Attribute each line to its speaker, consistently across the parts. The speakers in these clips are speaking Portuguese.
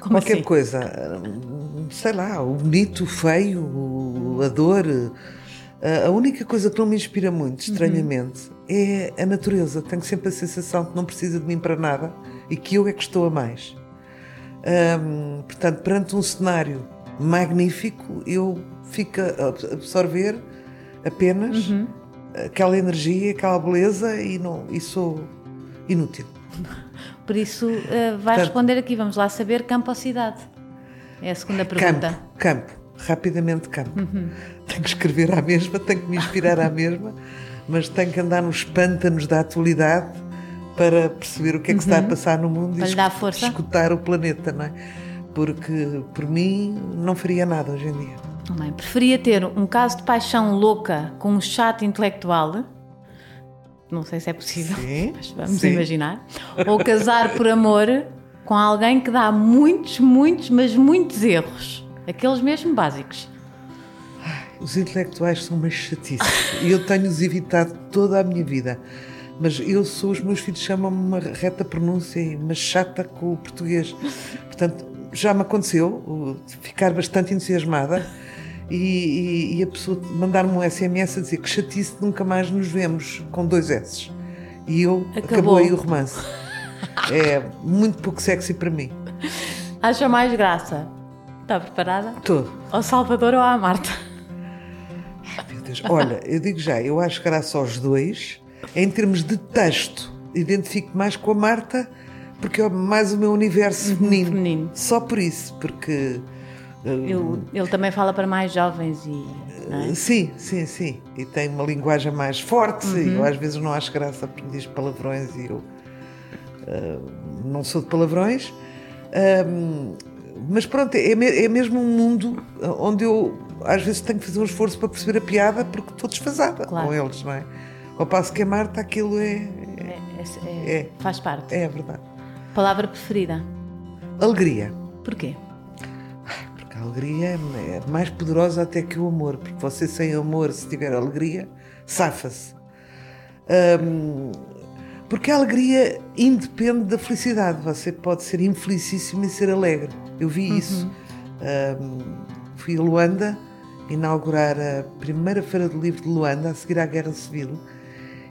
Speaker 1: Como
Speaker 2: Qualquer
Speaker 1: assim?
Speaker 2: coisa. Sei lá, o bonito, o feio, o- a dor. eh, A única coisa que não me inspira muito,
Speaker 1: Uhum.
Speaker 2: estranhamente, é a natureza. Tenho sempre a sensação que não precisa de mim para nada e que eu é que estou a mais. Ahm, portanto, perante um cenário magnífico, eu fico a ab- absorver apenas
Speaker 1: Uhum.
Speaker 2: aquela energia, aquela beleza e, não, e sou inútil.
Speaker 1: Por isso, eh, vai
Speaker 2: Portanto-
Speaker 1: responder aqui. Vamos lá saber campo ou cidade. É a segunda pergunta. Uhum.
Speaker 2: Campo, campo, rapidamente campo. Tenho que escrever à mesma, tenho que me inspirar à mesma, mas tenho que andar nos pântanos da atualidade para perceber o que é que se está a passar no mundo
Speaker 1: Uhum. Para
Speaker 2: e
Speaker 1: lhe dar
Speaker 2: escu-
Speaker 1: força.
Speaker 2: escutar o planeta, não é? Porque por mim não faria nada hoje em dia.
Speaker 1: Mãe, preferia ter um caso de paixão louca com um chato intelectual. Não sei se é possível,
Speaker 2: Sim,
Speaker 1: mas vamos
Speaker 2: sim.
Speaker 1: imaginar. Ou casar por amor com alguém que dá muitos, muitos, mas muitos erros. Aqueles mesmo básicos.
Speaker 2: Os intelectuais são uma chatice e eu tenho-os evitado toda a minha vida. Mas eu sou, os meus filhos chamam-me uma reta pronúncia e uma chata com o português. Portanto, já me aconteceu uh, ficar bastante entusiasmada e, e- e a pessoa mandar-me um SMS a dizer que chatice, nunca mais nos vemos, com dois S. E eu, acabou,
Speaker 1: Acabou.
Speaker 2: aí o romance. É muito pouco sexy para mim.
Speaker 1: Acha mais graça? Está preparada?
Speaker 2: Todo.
Speaker 1: Ao Salvador ou à Marta?
Speaker 2: Meu Deus. Olha, eu digo já, eu acho que graças aos dois, em termos de texto, identifico mais com a Marta, porque é mais o meu universo feminino.
Speaker 1: feminino.
Speaker 2: Só por isso, porque. eh,
Speaker 1: Ele, ele também fala para mais jovens e. não é?
Speaker 2: Sim, sim, sim. E tem uma linguagem mais forte,
Speaker 1: Uhum.
Speaker 2: e eu às vezes não acho graça porque diz palavrões e eu eh, não sou de palavrões. Ahm, mas pronto, é, me- é mesmo um mundo onde eu às vezes tenho que fazer um esforço para perceber a piada porque estou desfasada
Speaker 1: Claro.
Speaker 2: com eles, não é? Ao passo que a Marta aquilo é.
Speaker 1: É- é- é-
Speaker 2: É.
Speaker 1: Faz parte.
Speaker 2: É a verdade.
Speaker 1: Palavra preferida?
Speaker 2: Alegria.
Speaker 1: Porquê?
Speaker 2: Porque a alegria é mais poderosa até que o amor, porque você sem amor, se tiver alegria, safa-se. Hum, porque a alegria independe da felicidade, você pode ser infelicíssimo e ser alegre. Eu vi isso. Hum, fui a Luanda inaugurar a primeira Feira do Livro de Luanda, a seguir à Guerra Civil,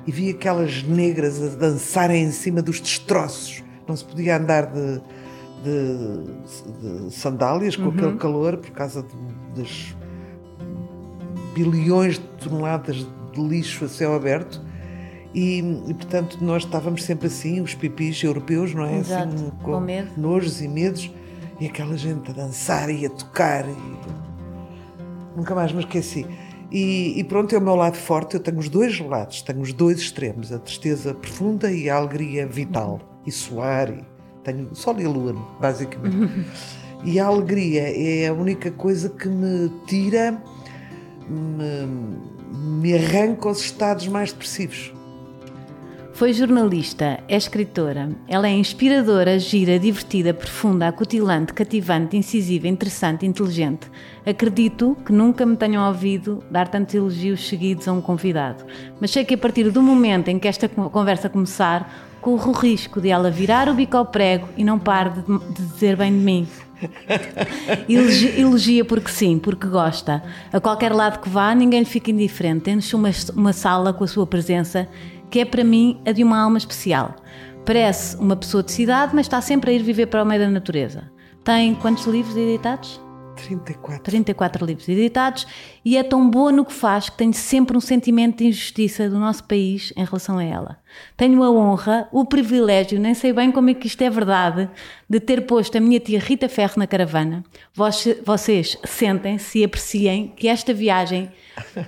Speaker 2: e vi aquelas negras a dançarem em cima dos destroços. Não se podia andar de, de- de sandálias com aquele calor por causa de- das bilhões de toneladas de lixo a céu aberto. E, e, portanto, nós estávamos sempre assim, os pipis europeus, não é?
Speaker 1: Exato,
Speaker 2: Assim,
Speaker 1: com medo.
Speaker 2: nojos e medos. E aquela gente a dançar e a tocar. e- Nunca mais me esqueci. E, e pronto, é o meu lado forte. Eu tenho os dois lados, tenho os dois extremos, a tristeza profunda e a alegria vital e solar. E tenho sol e a lua, basicamente. e a alegria é a única coisa que me tira, me, me arranca aos estados mais depressivos.
Speaker 1: Foi jornalista, é escritora. Ela é inspiradora, gira, divertida, profunda, acutilante, cativante, incisiva, interessante, inteligente. Acredito que nunca me tenham ouvido dar tantos elogios seguidos a um convidado. Mas sei que a partir do momento em que esta co- conversa começar, corro o risco de ela virar o bico ao prego e não pare de, de dizer bem de mim. Elogi- Elogia porque sim, porque gosta. A qualquer lado que vá, ninguém lhe fica indiferente. Enche uma, uma sala com a sua presença, que é para mim a de uma alma especial. Parece uma pessoa de cidade, mas está sempre a ir viver para o meio da natureza. Tem quantos livros editados?
Speaker 2: 34.
Speaker 1: 34 livros editados e é tão boa no que faz que tenho sempre um sentimento de injustiça do nosso país em relação a ela. Tenho a honra, o privilégio, nem sei bem como é que isto é verdade, de ter posto a minha tia Rita Ferro na caravana. Vós- Vocês sentem-se e apreciem que esta viagem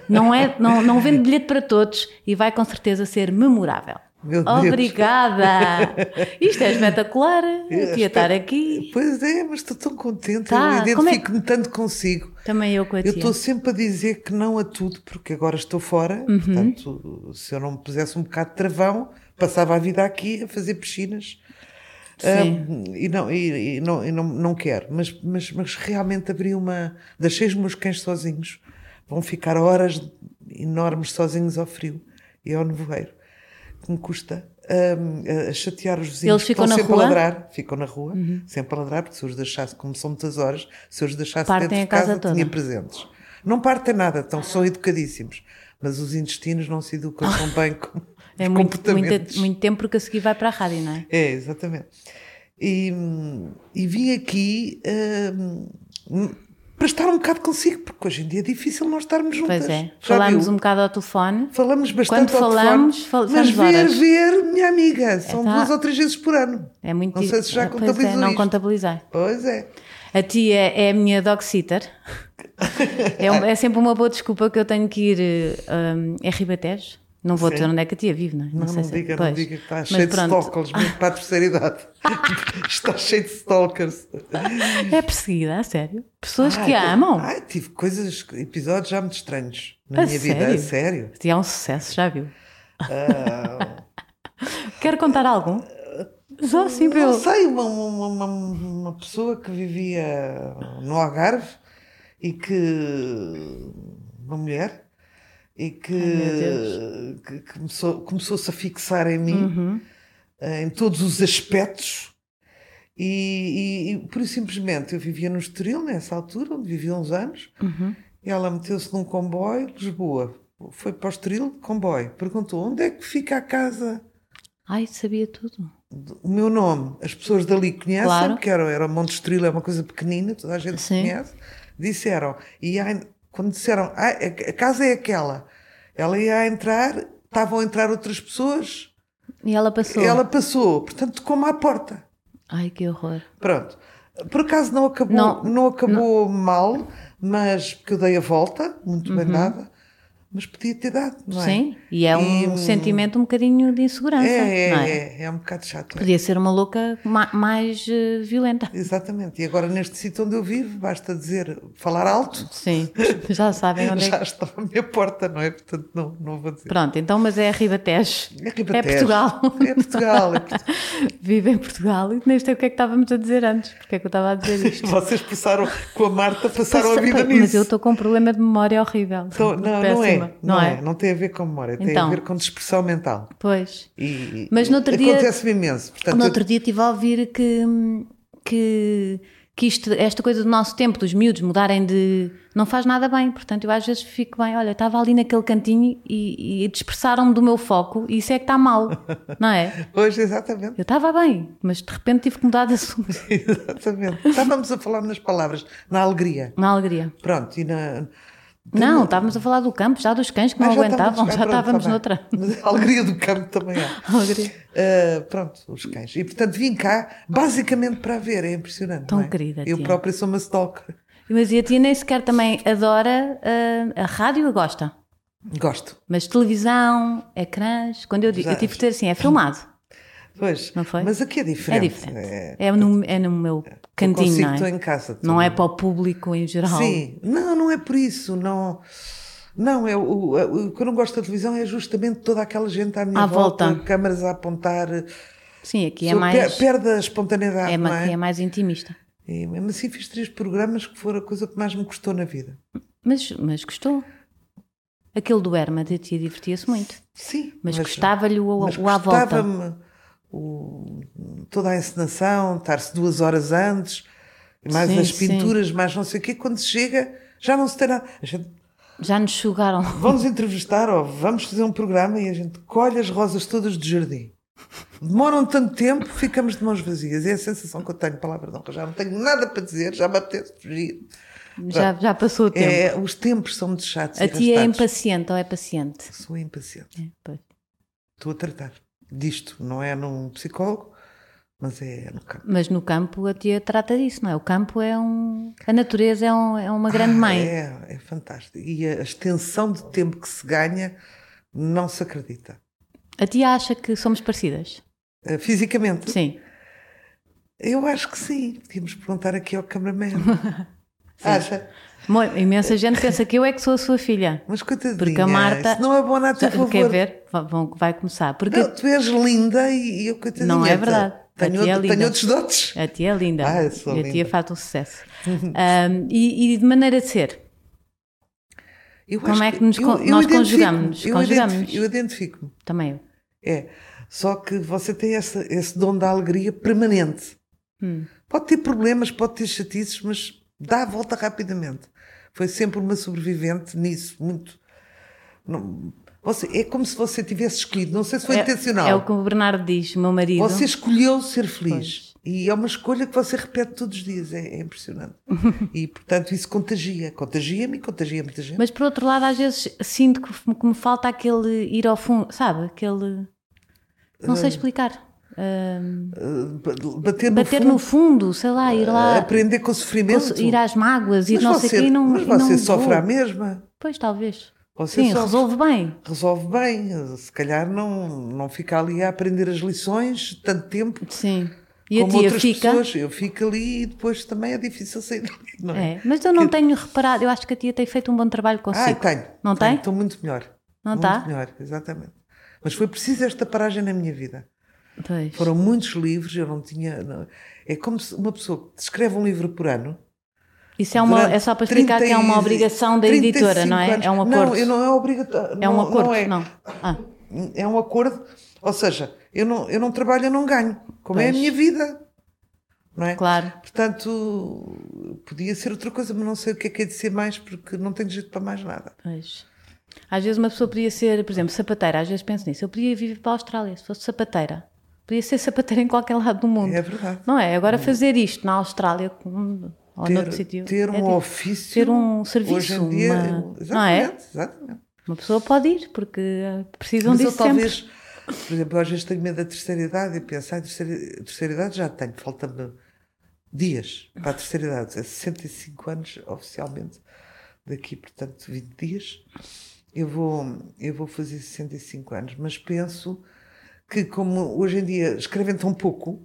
Speaker 1: não, é, não, não vende bilhete para todos e vai com certeza ser memorável.
Speaker 2: Meu Deus.
Speaker 1: Obrigada! Isto é espetacular! Eu
Speaker 2: espe-
Speaker 1: podia estar aqui.
Speaker 2: Pois é, mas estou tão contente,
Speaker 1: Tá,
Speaker 2: eu
Speaker 1: como é que-
Speaker 2: identifico-me tanto consigo.
Speaker 1: Também eu com a
Speaker 2: Eu
Speaker 1: tia.
Speaker 2: estou sempre a dizer que não a tudo, porque agora estou fora,
Speaker 1: Uhum.
Speaker 2: portanto, se eu não me pusesse um bocado de travão, passava a vida aqui a fazer piscinas.
Speaker 1: Sim.
Speaker 2: Ah, e não, e, e não, e não, não quero, mas, mas, mas realmente abri uma. Deixei os meus cães sozinhos, vão ficar horas enormes sozinhos ao frio e ao nevoeiro, que me custa ah, a chatear os vizinhos.
Speaker 1: Eles
Speaker 2: que
Speaker 1: ficam
Speaker 2: estão
Speaker 1: na
Speaker 2: sempre
Speaker 1: rua? Uhum.
Speaker 2: a ladrar, ficam na rua, sempre a ladrar, porque se eu os deixasse, como são muitas horas, se eu os deixasse
Speaker 1: Partem
Speaker 2: dentro
Speaker 1: a
Speaker 2: de
Speaker 1: casa
Speaker 2: casa, tinha
Speaker 1: toda.
Speaker 2: presentes. Não partem nada, então são educadíssimos. Mas os intestinos não se educam tão bem como
Speaker 1: É
Speaker 2: os
Speaker 1: muito,
Speaker 2: comportamentos.
Speaker 1: muito, muito tempo porque a seguir vai para a rádio, não é?
Speaker 2: É, exatamente. E, hum, e vim aqui hum, para estar um bocado consigo, porque hoje em dia é difícil nós estarmos juntas.
Speaker 1: Pois é.
Speaker 2: Já
Speaker 1: Falámos
Speaker 2: viu?
Speaker 1: um bocado ao telefone.
Speaker 2: Falamos bastante
Speaker 1: Quando
Speaker 2: ao
Speaker 1: falamos,
Speaker 2: telefone,
Speaker 1: fal-
Speaker 2: mas
Speaker 1: estamos
Speaker 2: ver,
Speaker 1: horas.
Speaker 2: ver, minha amiga, são
Speaker 1: tá.
Speaker 2: duas ou três vezes por ano.
Speaker 1: É muito
Speaker 2: Não sei se já
Speaker 1: Ah, pois
Speaker 2: contabilizou
Speaker 1: é, não
Speaker 2: isto.
Speaker 1: contabilizar.
Speaker 2: Pois é.
Speaker 1: A tia é a minha dog sitter. É, um- é sempre uma boa desculpa que eu tenho que ir eh, um, a Ribatejo. Não vou dizer onde é que a tia vive, não é?
Speaker 2: Não, não
Speaker 1: se-
Speaker 2: diga, não
Speaker 1: pois.
Speaker 2: diga que está
Speaker 1: Mas
Speaker 2: cheio de
Speaker 1: pronto.
Speaker 2: stalkers, mesmo para a terceira idade. está cheio de stalkers.
Speaker 1: É perseguida, a sério. Pessoas que
Speaker 2: Ai,
Speaker 1: a amam.
Speaker 2: Ai, tive coisas, episódios já muito estranhos na
Speaker 1: A
Speaker 2: minha vida, a sério.
Speaker 1: E é um sucesso, já viu?
Speaker 2: Ah,
Speaker 1: Quer contar algum? Só assim para
Speaker 2: não
Speaker 1: eu.
Speaker 2: sei, uma, uma, uma, uma pessoa que vivia no Algarve e que. uma mulher. E
Speaker 1: meu
Speaker 2: que, que começou- começou-se a fixar em mim. eh,
Speaker 1: Uhum.
Speaker 2: em todos os aspectos. E, e, e por isso simplesmente eu vivia no Estoril nessa altura, onde vivia uns anos,
Speaker 1: Uhum.
Speaker 2: e ela meteu-se num comboio de Lisboa. Foi para o Estoril de comboio. Perguntou onde é que fica a casa,
Speaker 1: Ai, sabia tudo.
Speaker 2: o meu nome. As pessoas dali conhecem,
Speaker 1: Claro.
Speaker 2: porque era, era Monte Estoril, é uma coisa pequenina, toda a gente
Speaker 1: Sim.
Speaker 2: conhece. Disseram, e ai, quando disseram, "Ai, a a casa é aquela, ela ia entrar, estavam a entrar outras pessoas,
Speaker 1: E ela passou.
Speaker 2: ela passou, portanto, tocou-me à porta.
Speaker 1: Ai, que horror.
Speaker 2: Pronto. Por acaso não acabou,
Speaker 1: Não, Uhum.
Speaker 2: não, acabou mal, mas porque eu dei a volta, muito bem dada, mas podia ter dado, não é?
Speaker 1: Sim. E é um
Speaker 2: E- hum,
Speaker 1: sentimento um bocadinho de insegurança.
Speaker 2: É, é,
Speaker 1: não é?
Speaker 2: é, é um bocado chato. é.
Speaker 1: Podia ser uma louca ma- mais eh, violenta.
Speaker 2: Exatamente. E agora neste sítio onde eu vivo, basta dizer, falar alto,
Speaker 1: Sim, já sabem onde é que.
Speaker 2: já está à minha porta, não é? Portanto, não, não vou dizer.
Speaker 1: Pronto, então, mas é Ribatejo.
Speaker 2: Ribatejo.
Speaker 1: Portugal.
Speaker 2: É Portugal. É Portugal.
Speaker 1: Vive em Portugal e nem sei o que é que estávamos a dizer antes. Porque é que eu estava a dizer isto?
Speaker 2: Vocês passaram, com a Marta, passaram a
Speaker 1: Passa-
Speaker 2: vida
Speaker 1: pois,
Speaker 2: nisso.
Speaker 1: Mas eu estou com um problema de memória horrível.
Speaker 2: Então, não, não é,
Speaker 1: Péssima,
Speaker 2: não, é. Não tem a ver com memória, tem
Speaker 1: Então.
Speaker 2: a ver com dispersão mental.
Speaker 1: Pois.
Speaker 2: E,
Speaker 1: Mas no outro dia-
Speaker 2: acontece-me imenso. Portanto,
Speaker 1: no
Speaker 2: eu-
Speaker 1: outro dia estive a ouvir que, que, que isto, esta coisa do nosso tempo, dos miúdos mudarem de. não faz nada bem. Portanto, eu às vezes fico bem, olha, estava ali naquele cantinho e, e dispersaram-me do meu foco e isso é que está mal, não é?
Speaker 2: Hoje, exatamente.
Speaker 1: Eu estava bem, mas de repente tive que mudar de assunto.
Speaker 2: Exatamente. Estávamos a falar nas palavras, na alegria.
Speaker 1: Na alegria.
Speaker 2: Pronto, e na.
Speaker 1: Não, estávamos a falar do campo, já dos cães que não
Speaker 2: Ah, já
Speaker 1: aguentavam,
Speaker 2: estávamos-
Speaker 1: já
Speaker 2: ah, pronto,
Speaker 1: estávamos
Speaker 2: está
Speaker 1: noutra.
Speaker 2: bem. Mas a alegria do campo também é.
Speaker 1: Alegria.
Speaker 2: Ah, pronto, os cães. E portanto vim cá basicamente para ver, é impressionante.
Speaker 1: Tão
Speaker 2: não é?
Speaker 1: querida,
Speaker 2: Eu
Speaker 1: tia.
Speaker 2: própria sou uma stalker.
Speaker 1: Mas e a tia nem sequer também adora ah, a rádio, gosta.
Speaker 2: Gosto.
Speaker 1: Mas televisão, ecrãs, quando eu digo, eu tive que ter assim, é filmado.
Speaker 2: Pois.
Speaker 1: Não foi?
Speaker 2: Mas aqui é
Speaker 1: É
Speaker 2: diferente.
Speaker 1: diferente.
Speaker 2: É,
Speaker 1: É, no, é no meu
Speaker 2: eu
Speaker 1: cantinho,
Speaker 2: consigo,
Speaker 1: não
Speaker 2: estou
Speaker 1: é?
Speaker 2: em casa. estou-
Speaker 1: Não é para o público em geral.
Speaker 2: Sim, não, não é por isso. Não, não é o, o- o que eu não gosto da televisão é justamente toda aquela gente à minha
Speaker 1: À
Speaker 2: volta,
Speaker 1: volta.
Speaker 2: câmaras a apontar.
Speaker 1: Sim, aqui é
Speaker 2: Sou-
Speaker 1: mais,
Speaker 2: per- Perde a espontaneidade,
Speaker 1: é,
Speaker 2: não
Speaker 1: ma-
Speaker 2: é?
Speaker 1: é mais intimista.
Speaker 2: E mesmo assim fiz três programas que foram a coisa que mais me custou na vida.
Speaker 1: Mas, mas gostou. Aquele do Herma da tia divertia-se muito.
Speaker 2: Sim.
Speaker 1: Mas, gostava-lhe o, o,
Speaker 2: mas
Speaker 1: o à volta.
Speaker 2: custava-me o- toda a encenação, estar-se duas horas antes, e mais
Speaker 1: Sim,
Speaker 2: as
Speaker 1: sim.
Speaker 2: pinturas, mais não sei o quê. Quando se chega, já não se tem nada. A gente
Speaker 1: Já nos sugaram.
Speaker 2: vamos entrevistar ou vamos fazer um programa e a gente colhe as rosas todas do jardim. Demoram tanto tempo, ficamos de mãos vazias. É a sensação que eu tenho, palavra não, que eu já não tenho nada para dizer, já me apetece fugir.
Speaker 1: Já, já passou o tempo.
Speaker 2: É, os tempos são muito chatos. e
Speaker 1: a tia é
Speaker 2: arrastados.
Speaker 1: impaciente ou é paciente?
Speaker 2: Sou impaciente.
Speaker 1: É, pois.
Speaker 2: Estou a tratar disto. Não é num psicólogo, mas é no campo.
Speaker 1: Mas no campo a tia trata disso, não é? O campo é um. A natureza é, um- é uma grande mãe.
Speaker 2: É, é fantástico. E a extensão de tempo que se ganha não se acredita.
Speaker 1: A tia acha que somos parecidas?
Speaker 2: Eh, Fisicamente?
Speaker 1: Sim.
Speaker 2: Eu acho que sim. Podíamos perguntar aqui ao cameraman. Acha?
Speaker 1: Mo- Imensa gente pensa que eu é que sou a sua filha.
Speaker 2: Mas coitadinha,
Speaker 1: Porque a Marta.
Speaker 2: isso não é bom a teu
Speaker 1: Já-
Speaker 2: favor.
Speaker 1: Quer ver? Va- vão- Vai começar. Porque
Speaker 2: Não, tu és linda e, e eu coitadinha.
Speaker 1: Não é verdade. A
Speaker 2: Tenho,
Speaker 1: tia é
Speaker 2: outro-
Speaker 1: linda.
Speaker 2: tenho outros dotes.
Speaker 1: a tia é linda.
Speaker 2: Ah, eu sou
Speaker 1: e a tia
Speaker 2: linda. Uhum.
Speaker 1: faz um sucesso. Ahm, e, e de maneira de ser.
Speaker 2: Eu
Speaker 1: Como
Speaker 2: acho
Speaker 1: é que nos con- nós
Speaker 2: identifico-me,
Speaker 1: conjugamos-nos?
Speaker 2: eu
Speaker 1: Conjugamos-nos?
Speaker 2: identifi- Eu identifico-me.
Speaker 1: Também eu.
Speaker 2: É. Só que você tem esse, esse dom da alegria permanente.
Speaker 1: Hum.
Speaker 2: Pode ter problemas, pode ter chatices, mas dá a volta rapidamente. Foi sempre uma sobrevivente nisso, muito. Não- você, é como se você tivesse escolhido, não sei se foi
Speaker 1: É-
Speaker 2: intencional.
Speaker 1: É, o que o Bernardo diz, o meu marido.
Speaker 2: Você escolheu ser feliz. E é uma escolha que você repete todos os dias. É, é impressionante. e, portanto, isso contagia. Contagia-me e contagia muita gente.
Speaker 1: Mas por outro lado, às vezes sinto que, f- que me falta aquele ir ao fundo, sabe? Aquele. Não sei explicar. Ahm,
Speaker 2: Uh, bater Eh, no
Speaker 1: bater
Speaker 2: fundo,
Speaker 1: no fundo, sei lá, ir lá.
Speaker 2: aprender com o sofrimento.
Speaker 1: cons- Ir às mágoas, ir
Speaker 2: mas
Speaker 1: não
Speaker 2: você,
Speaker 1: sei o quê e não.
Speaker 2: mas
Speaker 1: e não
Speaker 2: você sofre
Speaker 1: vou.
Speaker 2: à mesma.
Speaker 1: Pois, talvez.
Speaker 2: Você
Speaker 1: Sim,
Speaker 2: sofre.
Speaker 1: resolve bem.
Speaker 2: Resolve bem. Se calhar não, não fica ali a aprender as lições tanto tempo
Speaker 1: Sim. E
Speaker 2: como
Speaker 1: a tia
Speaker 2: outras
Speaker 1: fica.
Speaker 2: pessoas. Eu fico ali e depois também é difícil sair dali, não é?
Speaker 1: É, mas eu não tenho reparado, eu acho que a tia tem feito um bom trabalho
Speaker 2: Ah,
Speaker 1: consigo.
Speaker 2: tenho.
Speaker 1: Não
Speaker 2: tenho,
Speaker 1: tem?
Speaker 2: Estou muito melhor.
Speaker 1: Não
Speaker 2: muito
Speaker 1: tá?
Speaker 2: melhor, exatamente. Mas foi preciso esta paragem na minha vida.
Speaker 1: Pois.
Speaker 2: Foram muitos livros, eu não tinha. não- É como se uma pessoa que escreve um livro por ano.
Speaker 1: Isso é, uma,
Speaker 2: durante
Speaker 1: é só para explicar
Speaker 2: 30
Speaker 1: que é uma
Speaker 2: e-
Speaker 1: obrigação da
Speaker 2: 35
Speaker 1: editora, não é?
Speaker 2: anos.
Speaker 1: É um acordo.
Speaker 2: Não, eu não é obrigatório.
Speaker 1: é um acordo,
Speaker 2: Não
Speaker 1: não.
Speaker 2: é.
Speaker 1: Ah,
Speaker 2: é um acordo, ou seja, eu não, eu não trabalho, eu não ganho, como é a
Speaker 1: Pois.
Speaker 2: minha vida, não é?
Speaker 1: claro.
Speaker 2: Portanto, podia ser outra coisa, mas não sei o que é que é de ser mais, porque não tenho jeito para mais nada.
Speaker 1: Pois. Às vezes uma pessoa podia ser, por exemplo, sapateira, às vezes penso nisso. Eu podia viver para a Austrália se fosse sapateira. Podia ser sapateira em qualquer lado do mundo.
Speaker 2: É verdade.
Speaker 1: Não é? Agora fazer isto na Austrália com- ou noutro
Speaker 2: Ter,
Speaker 1: sítio.
Speaker 2: ter
Speaker 1: é
Speaker 2: um
Speaker 1: difícil.
Speaker 2: ofício.
Speaker 1: ter um serviço,
Speaker 2: Hoje em dia,
Speaker 1: uma-
Speaker 2: eu-
Speaker 1: não
Speaker 2: exatamente,
Speaker 1: é?
Speaker 2: exatamente.
Speaker 1: Uma pessoa pode ir, porque eh, precisam
Speaker 2: Mas eu
Speaker 1: disso sempre.
Speaker 2: talvez, por exemplo, eu às vezes tenho medo da terceira idade e penso, ah, terceira, terceira idade já tenho, falta-me dias para a terceira idade, é 65 anos oficialmente, daqui, portanto, 20 dias, eu vou, eu vou fazer 65 anos, mas penso que como hoje em dia escrevem tão pouco,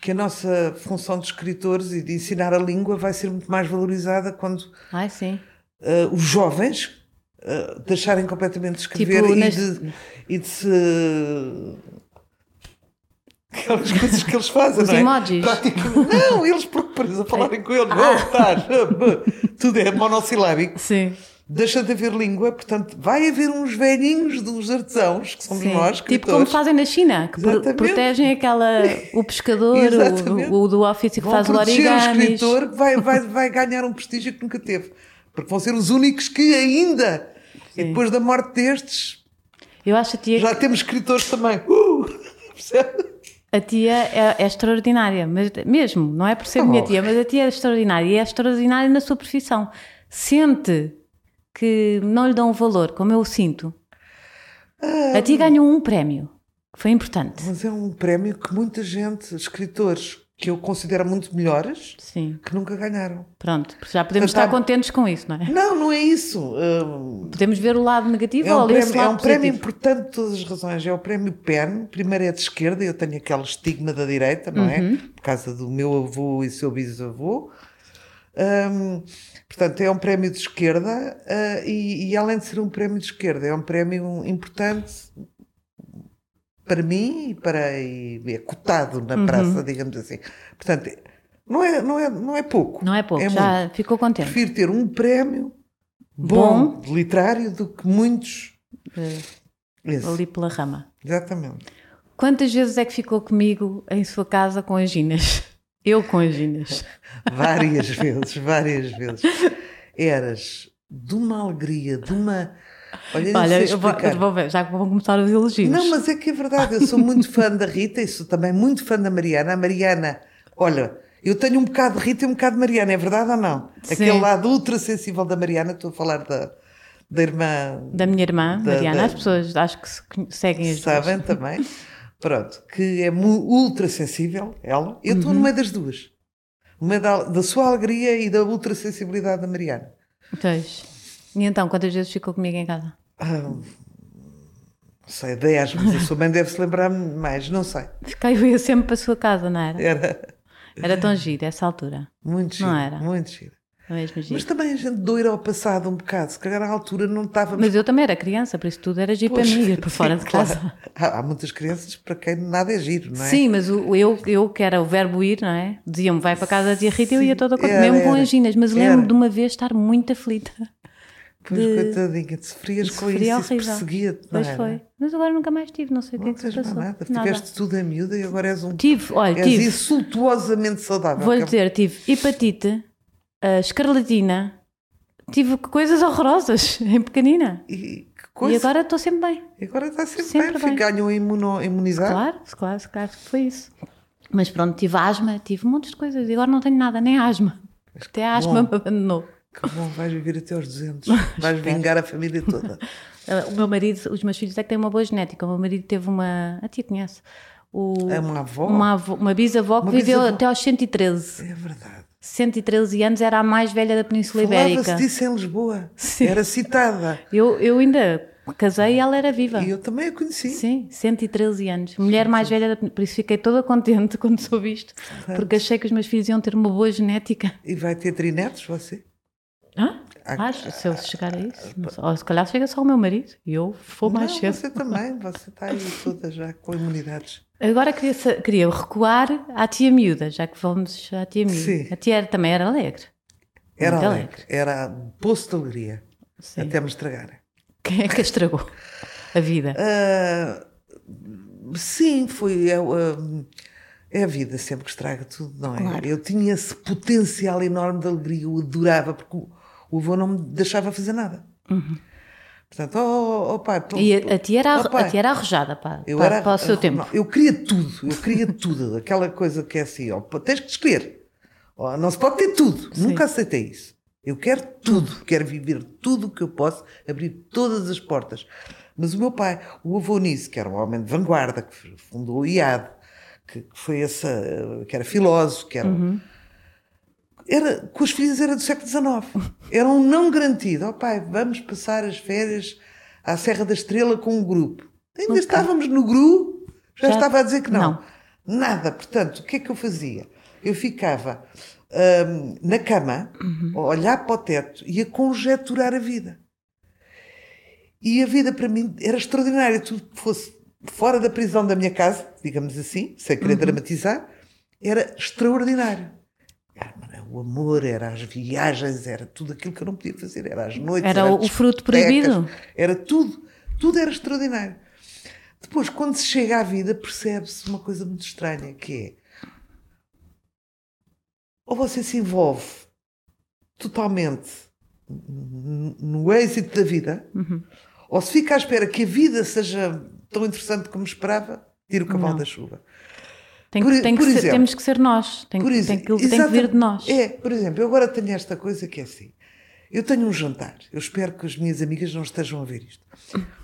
Speaker 2: que a nossa função de escritores e de ensinar a língua vai ser muito mais valorizada quando
Speaker 1: Ai, sim.
Speaker 2: eh, os jovens eh, deixarem completamente de escrever
Speaker 1: Tipo,
Speaker 2: e,
Speaker 1: nas-
Speaker 2: de, e de se. Aquelas coisas que eles fazem,
Speaker 1: Os
Speaker 2: não é?
Speaker 1: emojis. Ah.
Speaker 2: Praticamente- Não, eles porque precisam falarem com eles. Não, estás. Tudo é monossilábico.
Speaker 1: Sim.
Speaker 2: Deixa de haver língua, portanto, vai haver uns velhinhos dos artesãos, que somos
Speaker 1: Sim.
Speaker 2: nós,
Speaker 1: tipo como
Speaker 2: escritores.
Speaker 1: fazem na China, que pro-
Speaker 2: Exatamente.
Speaker 1: protegem aquela o pescador,
Speaker 2: Exatamente.
Speaker 1: o, o do office que
Speaker 2: Vão
Speaker 1: faz o
Speaker 2: proteger o
Speaker 1: origami.
Speaker 2: escritor que vai, vai, vai ganhar um prestígio que nunca teve. Porque vão ser os únicos que ainda, e
Speaker 1: Sim.
Speaker 2: depois da morte destes,
Speaker 1: Eu acho a tia,
Speaker 2: Já temos escritores também. Uh! Percebe?
Speaker 1: a tia é, é extraordinária, mas mesmo, não é por ser
Speaker 2: Tá
Speaker 1: minha
Speaker 2: bom.
Speaker 1: tia, mas a tia é extraordinária e é extraordinária na sua profissão. Sente que não lhe dão o valor, como eu o sinto. A
Speaker 2: Ah.
Speaker 1: tia ganhou um prémio, que foi importante.
Speaker 2: Mas é um prémio que muita gente, escritores que eu considero muito melhores,
Speaker 1: Sim,
Speaker 2: que nunca ganharam.
Speaker 1: pronto, porque já podemos estar
Speaker 2: Portanto, há-
Speaker 1: contentes com isso, não é?
Speaker 2: Não, não é isso. Hum,
Speaker 1: Podemos ver o lado negativo
Speaker 2: É um,
Speaker 1: ou esse
Speaker 2: prémio, é
Speaker 1: lado
Speaker 2: um prémio
Speaker 1: positivo.
Speaker 2: importante por todas as razões. É o prémio PEN. Primeiro é de esquerda, eu tenho aquele estigma da direita, não
Speaker 1: Uhum.
Speaker 2: é? Por causa do meu avô e seu bisavô. Hum, portanto, é um prémio de esquerda ah, e, e além de ser um prémio de esquerda, é um prémio importante para mim e para e é cotado na
Speaker 1: Uhum.
Speaker 2: praça, digamos assim. Portanto, não é, não é, não é pouco.
Speaker 1: Não é pouco,
Speaker 2: é muito.
Speaker 1: já ficou contente.
Speaker 2: Prefiro ter um prémio bom, de literário do que muitos. Isso,
Speaker 1: É. ali pela rama.
Speaker 2: Exatamente.
Speaker 1: Quantas vezes é que ficou comigo em sua casa com anginas? Eu com anginas.
Speaker 2: Várias vezes, várias vezes. Eras de uma alegria, de uma. Olha, eu não
Speaker 1: Olha,
Speaker 2: sei
Speaker 1: eu vou,
Speaker 2: explicar.
Speaker 1: eu vou ver, já que vão começar os elogios.
Speaker 2: Não, mas é que é verdade, eu sou muito fã da Rita e sou também muito fã da Mariana. A Mariana, olha, eu tenho um bocado de Rita e um bocado de Mariana, é verdade ou não?
Speaker 1: Sim.
Speaker 2: Aquele lado ultrassensível da Mariana, estou a falar da, da irmã
Speaker 1: Da minha irmã,
Speaker 2: Da-
Speaker 1: Mariana,
Speaker 2: da-
Speaker 1: as pessoas acho que se conhe- seguem as duas.
Speaker 2: sabem também. Pronto, que é mu- ultra sensível, ela. Eu
Speaker 1: Uhum.
Speaker 2: estou no meio das duas. No meio da, da sua alegria e da ultra sensibilidade da Mariana.
Speaker 1: Pois. E então, quantas vezes ficou comigo em casa?
Speaker 2: Ah, sei, aliás, mas a sua mãe deve se lembrar mais, não sei.
Speaker 1: Caio ia sempre para a sua casa, não era?
Speaker 2: Era
Speaker 1: Era tão giro essa altura.
Speaker 2: muito
Speaker 1: Não
Speaker 2: gira,
Speaker 1: era?
Speaker 2: muito gira.
Speaker 1: Não é mesmo giro? Mas,
Speaker 2: Mas também a gente doira ao passado um bocado, se calhar à altura não estávamos...
Speaker 1: eu também era criança, por isso tudo era giro para
Speaker 2: Pois,
Speaker 1: mim, ir para
Speaker 2: sim,
Speaker 1: fora de
Speaker 2: claro.
Speaker 1: casa.
Speaker 2: Há, há muitas crianças para quem nada é giro, não é?
Speaker 1: Sim, mas o, o eu, eu que era o verbo ir, não é? Diziam-me, vai para casa da tia Rita, eu
Speaker 2: Sim,
Speaker 1: ia toda contente,
Speaker 2: era,
Speaker 1: mesmo com
Speaker 2: era,
Speaker 1: anginas, mas
Speaker 2: era.
Speaker 1: lembro de uma vez estar muito aflita.
Speaker 2: Pois, coitadinha, te sofrias com isso,
Speaker 1: Sofria
Speaker 2: isso
Speaker 1: horrível.
Speaker 2: perseguia-te, não
Speaker 1: Mas
Speaker 2: era?
Speaker 1: foi. Mas agora nunca mais tive, não sei o que é
Speaker 2: Não
Speaker 1: que se
Speaker 2: tens
Speaker 1: passou.
Speaker 2: mais nada, tiveste tudo a miúda e agora és um...
Speaker 1: Tive, olha,
Speaker 2: és
Speaker 1: tive.
Speaker 2: insultuosamente saudável.
Speaker 1: Vou-lhe
Speaker 2: que é-
Speaker 1: dizer, tive hepatite, ah, escarlatina, tive coisas horrorosas em pequenina.
Speaker 2: E que coisa.
Speaker 1: E agora estou sempre bem.
Speaker 2: E agora está sempre,
Speaker 1: Sempre
Speaker 2: bem,
Speaker 1: bem.
Speaker 2: ganham imuno, imunizado.
Speaker 1: Claro, claro, claro que foi isso. Mas pronto, tive asma, tive um monte de coisas e agora não tenho nada, nem asma. Até a asma
Speaker 2: bom.
Speaker 1: me abandonou.
Speaker 2: Que bom, vais viver até aos 200. Vais vingar a família toda.
Speaker 1: Ah, O meu marido, os meus filhos é que têm uma boa genética. O meu marido teve uma. A tia conhece. O,
Speaker 2: É uma avó.
Speaker 1: uma, avó- uma bisavó que
Speaker 2: Uma
Speaker 1: viveu
Speaker 2: bisavó.
Speaker 1: até aos 113.
Speaker 2: É verdade.
Speaker 1: 113 anos, era a mais velha da Península
Speaker 2: Falava-se
Speaker 1: Ibérica.
Speaker 2: disso em Lisboa.
Speaker 1: Sim.
Speaker 2: Era citada.
Speaker 1: Eu, eu ainda casei e ela era viva.
Speaker 2: E eu também a conheci.
Speaker 1: Sim, 113 anos. Mulher mais velha, da Pen- por isso fiquei toda contente quando soube isto, porque achei que os meus filhos iam ter uma boa genética.
Speaker 2: E vai ter trinetos, você?
Speaker 1: Hã?
Speaker 2: Ah,
Speaker 1: Acho, se eu chegar a isso. não sei. Ou se calhar chega só o meu marido e eu vou mais
Speaker 2: Não,
Speaker 1: cedo.
Speaker 2: você também. Você está aí toda já com imunidades.
Speaker 1: Agora queria, sa- queria recuar à tia miúda, já que vamos à tia miúda.
Speaker 2: Sim.
Speaker 1: A tia era- também era alegre.
Speaker 2: Era
Speaker 1: Muito
Speaker 2: alegre. Era um poço de alegria.
Speaker 1: Sim.
Speaker 2: Até me estragarem.
Speaker 1: Quem é que a estragou a vida?
Speaker 2: Ah, sim, foi. É, ah, é a vida sempre que estraga tudo, não é?
Speaker 1: Claro.
Speaker 2: Eu tinha esse potencial enorme de alegria, eu adorava, porque o, o avô não me deixava fazer nada. Portanto, oh, oh, oh, pai, tô-
Speaker 1: Uhum. E a, a tia era,
Speaker 2: Oh, pai.
Speaker 1: a tia era arrojada para,
Speaker 2: eu
Speaker 1: para-
Speaker 2: era-
Speaker 1: para o seu
Speaker 2: não,
Speaker 1: tempo.
Speaker 2: eu queria tudo, eu queria tudo. Aquela coisa que é assim, ó, pá, tens que escolher. Ó, não se pode ter tudo. Nunca aceitei isso. Eu quero tudo. Quero viver tudo o que eu posso, abrir todas as portas. Mas o meu pai, o avô nisso, que era um homem de vanguarda, que fundou o IAD, que que foi essa, que era filósofo, que era
Speaker 1: Uhum.
Speaker 2: era, com os filhos era do século XIX. Era um não garantido. Oh pai, vamos passar as férias à Serra da Estrela com um grupo. Ainda estávamos no GRU, já,
Speaker 1: Já-
Speaker 2: estava a dizer que não.
Speaker 1: não.
Speaker 2: Nada. Portanto, o que é que eu fazia? Eu ficava ahm, na cama, a olhar para o teto e a conjeturar a vida. E a vida para mim era extraordinária. Tudo que fosse fora da prisão da minha casa, digamos assim, sem
Speaker 1: Uhum.
Speaker 2: querer dramatizar, era extraordinário. Ah, mas era O amor, era as viagens, era tudo aquilo que eu não podia fazer, era as noites.
Speaker 1: Era
Speaker 2: eram
Speaker 1: o- o fruto
Speaker 2: discotecas,
Speaker 1: proibido?
Speaker 2: Era tudo, tudo era extraordinário. Depois, quando se chega à vida, percebe-se uma coisa muito estranha, que é ou você se envolve totalmente n- no êxito da vida, ou se fica à espera que a vida seja tão interessante como esperava, tira o cavalo
Speaker 1: Não.
Speaker 2: da chuva.
Speaker 1: Tem que-
Speaker 2: por-
Speaker 1: tem que
Speaker 2: por
Speaker 1: ser-
Speaker 2: exemplo.
Speaker 1: temos que ser nós. Tem, que-
Speaker 2: Por
Speaker 1: tem,
Speaker 2: exemplo,
Speaker 1: que, tem que vir de nós.
Speaker 2: É, por exemplo, eu agora tenho esta coisa que é assim. Eu tenho um jantar. Eu espero que as minhas amigas não estejam a ver isto.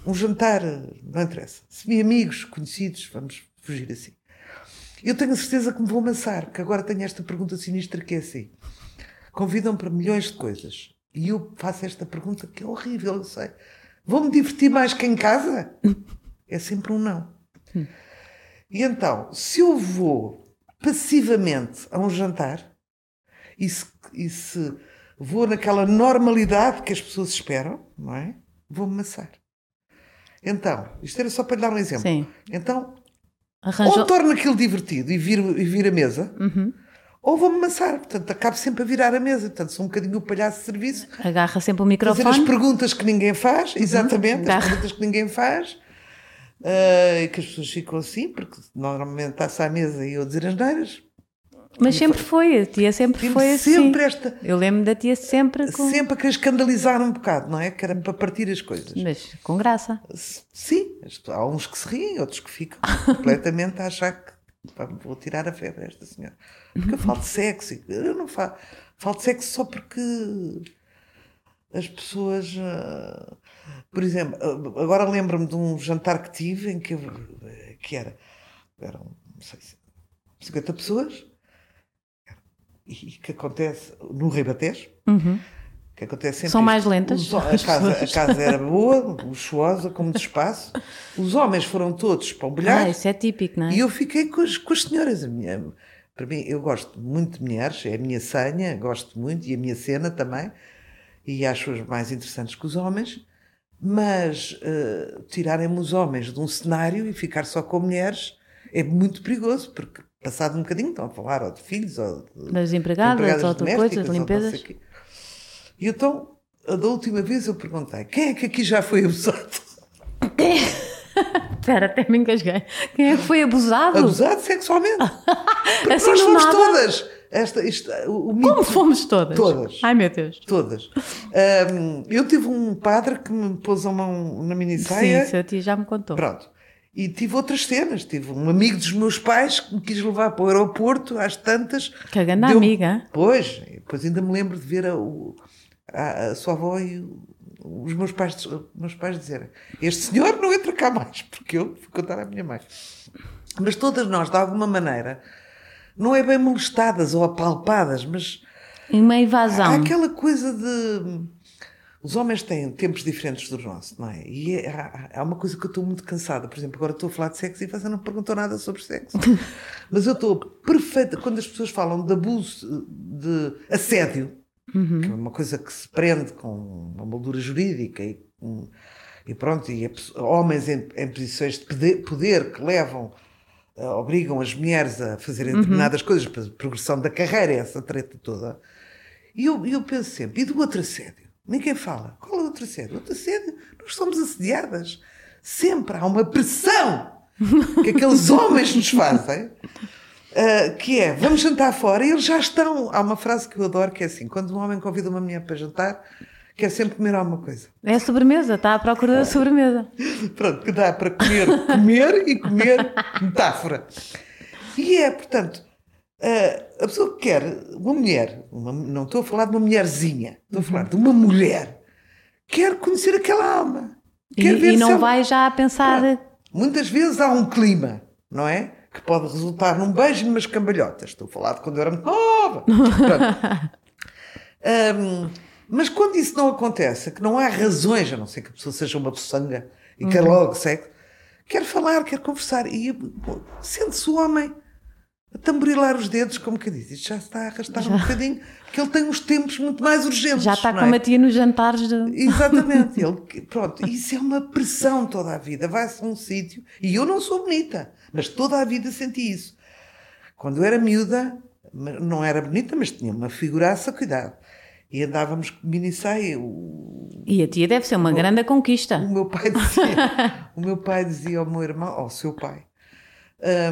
Speaker 2: Um jantar, eh, não interessa. Se me amigos, conhecidos, vamos fugir assim. Eu tenho a certeza que me vou amassar, que agora tenho esta pergunta sinistra que é assim. Convidam para milhões de coisas. E eu faço esta pergunta que é horrível, eu sei. Vou-me divertir mais que em casa? É sempre um não. E então, se eu vou passivamente a um jantar e se, e se vou naquela normalidade que as pessoas esperam, não é? Vou-me amassar. Então, isto era só para lhe dar um exemplo.
Speaker 1: Sim.
Speaker 2: Então,
Speaker 1: Arranjou.
Speaker 2: ou torno aquilo divertido e viro, e viro a mesa, ou vou-me amassar. Portanto, acabo sempre a virar a mesa. Portanto, sou um bocadinho o palhaço de serviço
Speaker 1: Agarra sempre o
Speaker 2: fazer as
Speaker 1: microfone.
Speaker 2: perguntas que ninguém faz, exatamente,
Speaker 1: Tá.
Speaker 2: as perguntas que ninguém faz, ah, e que as pessoas ficam assim, porque normalmente está-se à mesa e eu dizer as neiras.
Speaker 1: Mas sempre foi, a tia sempre
Speaker 2: Tive
Speaker 1: foi assim.
Speaker 2: sempre esta,
Speaker 1: Eu lembro da tia sempre com,
Speaker 2: sempre a querer escandalizar um bocado, não é? Que era para partir as coisas.
Speaker 1: mas com graça.
Speaker 2: S- Sim, isto- há uns que se riem, outros que ficam completamente a achar que pá, vou tirar a febre a esta senhora. Porque eu falo de sexo. e Eu não falo, falo de sexo só porque as pessoas. ah, Por exemplo, ah, agora lembro-me de um jantar que tive em que, eu, eh, que era. Eram, não sei, se 50 pessoas. E que acontece no Ribatejo que acontece sempre
Speaker 1: Uhum. São
Speaker 2: isto.
Speaker 1: mais lentas,
Speaker 2: Os ho- a,
Speaker 1: as
Speaker 2: casa, a
Speaker 1: pessoas.
Speaker 2: casa era boa, luxuosa, com muito espaço. Os homens foram todos para o bilhar.
Speaker 1: Ah, isso é típico, não é?
Speaker 2: E eu fiquei com as, com as senhoras. A minha- para mim, eu gosto muito de mulheres, é a minha senha, gosto muito, e a minha cena também, e acho-as mais interessantes que os homens, mas eh, tirarem-me os homens de um cenário e ficar só com mulheres é muito perigoso, porque passado um bocadinho estão a falar ou de filhos ou de
Speaker 1: Das empregadas, ou outra coisa, de
Speaker 2: domésticas, ou não
Speaker 1: limpezas.
Speaker 2: sei o quê. E então, a da última vez eu perguntei, quem é que aqui já foi abusado?
Speaker 1: Espera, até me engasguei. Quem é que foi abusado?
Speaker 2: Abusado sexualmente. Porque
Speaker 1: Assim
Speaker 2: nós
Speaker 1: do
Speaker 2: fomos
Speaker 1: nada?
Speaker 2: todas. Esta, isto, o, o mito,
Speaker 1: Como fomos todas?
Speaker 2: Todas.
Speaker 1: Ai meu Deus.
Speaker 2: todas. Ahm, eu tive um padre que me pôs a mão na
Speaker 1: Sim,
Speaker 2: minissaia.
Speaker 1: seu tio já me contou.
Speaker 2: Pronto. E tive outras cenas. Tive um amigo dos meus pais que me quis levar para o aeroporto, às tantas.
Speaker 1: Que é grande amiga, hein?
Speaker 2: Pois, pois ainda me lembro de ver a, o- a- a sua avó e o- os meus pais, os meus pais dizerem: Este senhor não entra cá mais, porque eu fui contar à minha mãe. Mas todas nós, de alguma maneira, não é bem molestadas ou apalpadas, mas
Speaker 1: E uma
Speaker 2: Há
Speaker 1: invasão.
Speaker 2: aquela coisa de. Os homens têm tempos diferentes do nosso, não é? E é, há- há uma coisa que eu estou muito cansada. Por exemplo, agora estou a falar de sexo e você não perguntou nada sobre sexo. Mas eu estou perfeita. Quando as pessoas falam de abuso, de assédio, que é uma coisa que se prende com uma moldura jurídica e, com- e pronto, e a pesso- homens em, em posições de poder, poder que levam, eh, obrigam as mulheres a fazerem determinadas coisas, para a progressão da carreira, essa treta toda. E eu, eu penso sempre, e do outro assédio? Ninguém fala. Qual é o outro assédio? Outro assédio? Nós somos assediadas. Sempre há uma pressão que aqueles homens nos fazem, ah, que é, vamos jantar fora, e eles já estão. Há uma frase que eu adoro que é assim: quando um homem convida uma mulher para jantar, quer sempre comer alguma coisa.
Speaker 1: É a sobremesa, está à procura da sobremesa.
Speaker 2: Pronto, que dá para comer, comer e comer, metáfora. E é, portanto, ah, a pessoa que quer, uma mulher, uma- não estou a falar de uma mulherzinha, estou a falar de uma mulher, quer conhecer aquela alma.
Speaker 1: E,
Speaker 2: quer ver
Speaker 1: e
Speaker 2: se
Speaker 1: não
Speaker 2: ela-
Speaker 1: vai já a pensar.
Speaker 2: Muitas vezes há um clima, não é? Que pode resultar num beijo e umas cambalhotas. Estou a falar de quando eu era muito nova. Pronto. Hum, mas quando isso não acontece, que não há razões, a não ser que a pessoa seja uma poçanga e quer
Speaker 1: Uhum.
Speaker 2: logo sexo, quer falar, quer conversar. E pô, sente-se o homem a tamborilar os dedos, como que diz, isto já se está a arrastar um bocadinho, porque ele tem uns tempos muito mais urgentes.
Speaker 1: Já está
Speaker 2: não
Speaker 1: com
Speaker 2: é?
Speaker 1: a tia nos jantares de.
Speaker 2: Exatamente. Ele, que- pronto, isso é uma pressão toda a vida. Vai-se a um sítio, e eu não sou bonita, mas toda a vida senti isso. Quando eu era miúda, ma- não era bonita, mas tinha uma figuraça, cuidado. E andávamos com minissaia. O,
Speaker 1: E a tia deve ser uma grande
Speaker 2: o
Speaker 1: conquista.
Speaker 2: meu pai dizia, o meu pai dizia ao meu irmão, ao seu pai,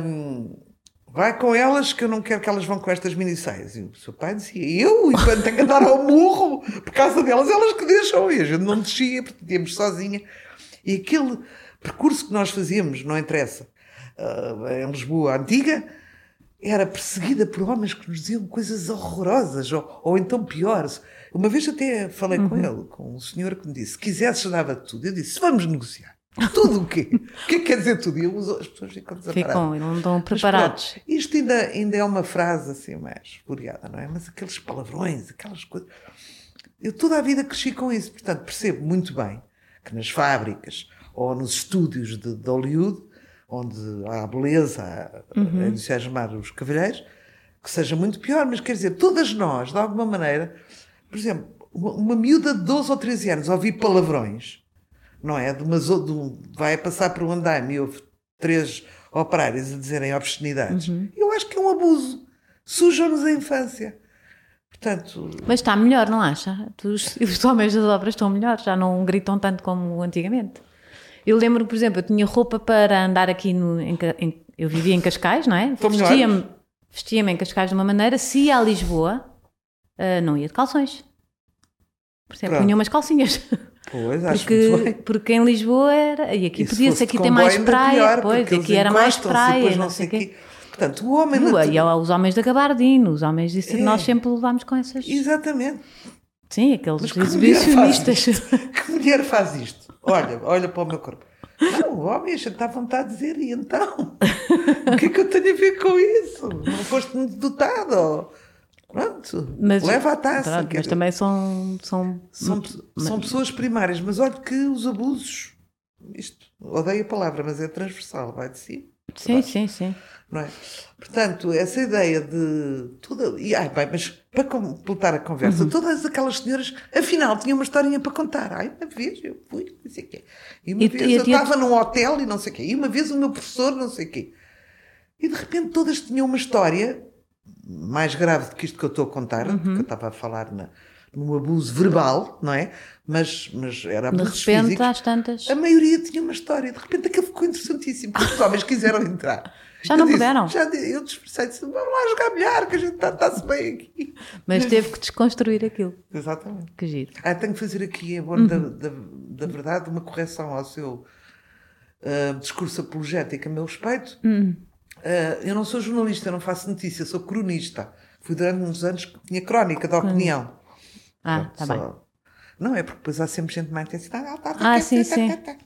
Speaker 2: "Hum, vai com elas que eu não quero que elas vão com estas minissaias. E o seu pai dizia, eu? Enquanto tenho que andar ao morro por causa delas, elas que deixam. E a gente não descia, porque íamos sozinha. E aquele percurso que nós fazíamos, não interessa, ah, em Lisboa antiga, era perseguida por homens que nos diziam coisas horrorosas, ou, ou então piores. Uma vez até falei com ele, com um senhor que me disse: se quisesse, dava-te tudo. Eu disse: vamos negociar. Tudo o quê? O que é que quer dizer tudo? E eu, as pessoas ficam desamparadas.
Speaker 1: Ficam, não estão
Speaker 2: Mas
Speaker 1: preparados.
Speaker 2: pronto, isto ainda, ainda é uma frase assim mais furiada, não é? Mas aqueles palavrões, aquelas coisas. Eu toda a vida cresci com isso, portanto percebo muito bem que nas fábricas ou nos estúdios de, de Hollywood, onde há a beleza a, a entusiasmar os cavalheiros, que seja muito pior, mas quer dizer, todas nós, de alguma maneira, por exemplo, uma, uma miúda de 12 ou 13 anos ouvir palavrões não é? De uma zo- de um- vai passar por um andaime e houve três operários a dizerem obscenidades.
Speaker 1: Uhum.
Speaker 2: Eu acho que é um abuso. Sujam-nos a infância. Portanto,
Speaker 1: Mas está melhor, não acha? Os, os homens das obras estão melhor, já não gritam tanto como antigamente. Eu lembro, por exemplo, eu tinha roupa para andar aqui no. em Ca- em- eu vivia em Cascais, não é?
Speaker 2: Estão melhores.
Speaker 1: Vestia-me vestia em Cascais de uma maneira, se ia a Lisboa, ah, não ia de calções. Por exemplo,
Speaker 2: Pronto.
Speaker 1: punha umas calcinhas.
Speaker 2: pois, acho muito
Speaker 1: Porque,
Speaker 2: bem.
Speaker 1: porque em Lisboa era. E aqui
Speaker 2: E se
Speaker 1: podia-se,
Speaker 2: fosse
Speaker 1: aqui
Speaker 2: de
Speaker 1: tem
Speaker 2: comboio
Speaker 1: mais
Speaker 2: ainda
Speaker 1: praia,
Speaker 2: pior,
Speaker 1: pois,
Speaker 2: porque eles
Speaker 1: aqui era mais
Speaker 2: encostam-se e
Speaker 1: praia,
Speaker 2: depois
Speaker 1: não sei o quê.
Speaker 2: quê. Portanto, o homem...
Speaker 1: Nua,
Speaker 2: natu-
Speaker 1: E há os homens da gabardina, os homens disso,
Speaker 2: É.
Speaker 1: nós sempre levámos com essas.
Speaker 2: Exatamente.
Speaker 1: Sim, aqueles
Speaker 2: Mas é que mulher faz
Speaker 1: exibicionistas.
Speaker 2: Que mulher faz isto? Olha, olha para o meu corpo. Não, o homem acha que está à vontade de dizer, e então? O que é que eu tenho a ver com isso? Não foste muito dotada? ou- Pronto. Pronto, leva a taça.
Speaker 1: pronto,
Speaker 2: quer
Speaker 1: mas
Speaker 2: dizer,
Speaker 1: também são. são,
Speaker 2: são, são pessoas primárias, mas olha que os abusos, isto, odeio a palavra, mas é transversal, vai de si.
Speaker 1: Sim, sim, sim.
Speaker 2: não é? Portanto, essa ideia de toda. E, ai, bem, mas para completar a conversa,
Speaker 1: Uhum.
Speaker 2: todas aquelas senhoras, afinal, tinham uma historinha para contar. Ai, uma vez eu fui, não sei o quê. E uma
Speaker 1: E tu-
Speaker 2: vez
Speaker 1: e a
Speaker 2: eu
Speaker 1: tia-
Speaker 2: estava num hotel e não sei o quê. E uma vez o meu professor, não sei o quê. E de repente todas tinham uma história mais grave do que isto que eu estou a contar,
Speaker 1: Uhum.
Speaker 2: do que eu estava a falar na, num abuso verbal, não é? Mas, mas era
Speaker 1: De
Speaker 2: abuso
Speaker 1: repente, às tantas.
Speaker 2: a maioria tinha uma história. De repente aquilo ficou interessantíssimo. porque Os homens quiseram entrar.
Speaker 1: Já
Speaker 2: Eu
Speaker 1: não
Speaker 2: disse-
Speaker 1: puderam?
Speaker 2: Já, di- eu dispersei disse, vamos lá jogar bilhar, que a gente está-se bem aqui.
Speaker 1: Mas teve que desconstruir aquilo.
Speaker 2: Exatamente.
Speaker 1: Que giro.
Speaker 2: Ah, tenho que fazer aqui, é bom
Speaker 1: Uhum.
Speaker 2: da, da, da verdade, uma correção ao seu ah, discurso apologético a meu respeito.
Speaker 1: Hum.
Speaker 2: Ah, eu não sou jornalista, eu não faço notícia, sou cronista. Fui durante uns anos que tinha crónica da opinião.
Speaker 1: Ah,
Speaker 2: Pronto,
Speaker 1: tá
Speaker 2: só-
Speaker 1: bem.
Speaker 2: Não, é porque depois há sempre gente de má intensidade. Ah, tá, tá,
Speaker 1: Ah,
Speaker 2: tá,
Speaker 1: sim,
Speaker 2: tá,
Speaker 1: sim.
Speaker 2: tá, tá.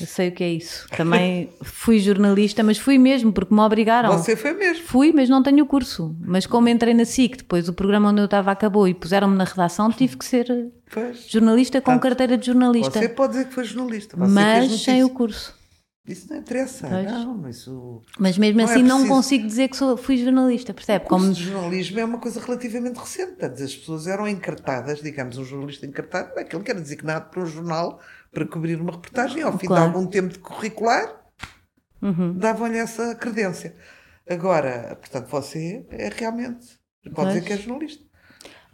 Speaker 1: Eu sei o que é isso. Também fui jornalista, mas fui mesmo, porque me obrigaram.
Speaker 2: Você foi mesmo.
Speaker 1: Fui, mas não tenho o curso. Mas como entrei na SIC, depois o programa onde eu estava acabou e puseram-me na redação, tive que ser
Speaker 2: Pois.
Speaker 1: jornalista com
Speaker 2: Portanto,
Speaker 1: carteira de jornalista.
Speaker 2: Tá. Você pode dizer que foi jornalista, você
Speaker 1: Mas
Speaker 2: fez
Speaker 1: sem
Speaker 2: notícia.
Speaker 1: o curso.
Speaker 2: Isso não interessa,
Speaker 1: Pois.
Speaker 2: não, isso...
Speaker 1: Mas mesmo
Speaker 2: Não é
Speaker 1: assim não
Speaker 2: preciso.
Speaker 1: consigo dizer que sou, fui jornalista, percebe?
Speaker 2: O curso
Speaker 1: Como
Speaker 2: de jornalismo é uma coisa relativamente recente, portanto, as pessoas eram encartadas, digamos, um jornalista encartado, é aquele que era designado para um jornal para cobrir uma reportagem, ao fim
Speaker 1: Claro. Uhum.
Speaker 2: de algum tempo de curricular, davam-lhe essa credência. Agora, portanto, você é realmente, pode
Speaker 1: Pois.
Speaker 2: dizer que é jornalista.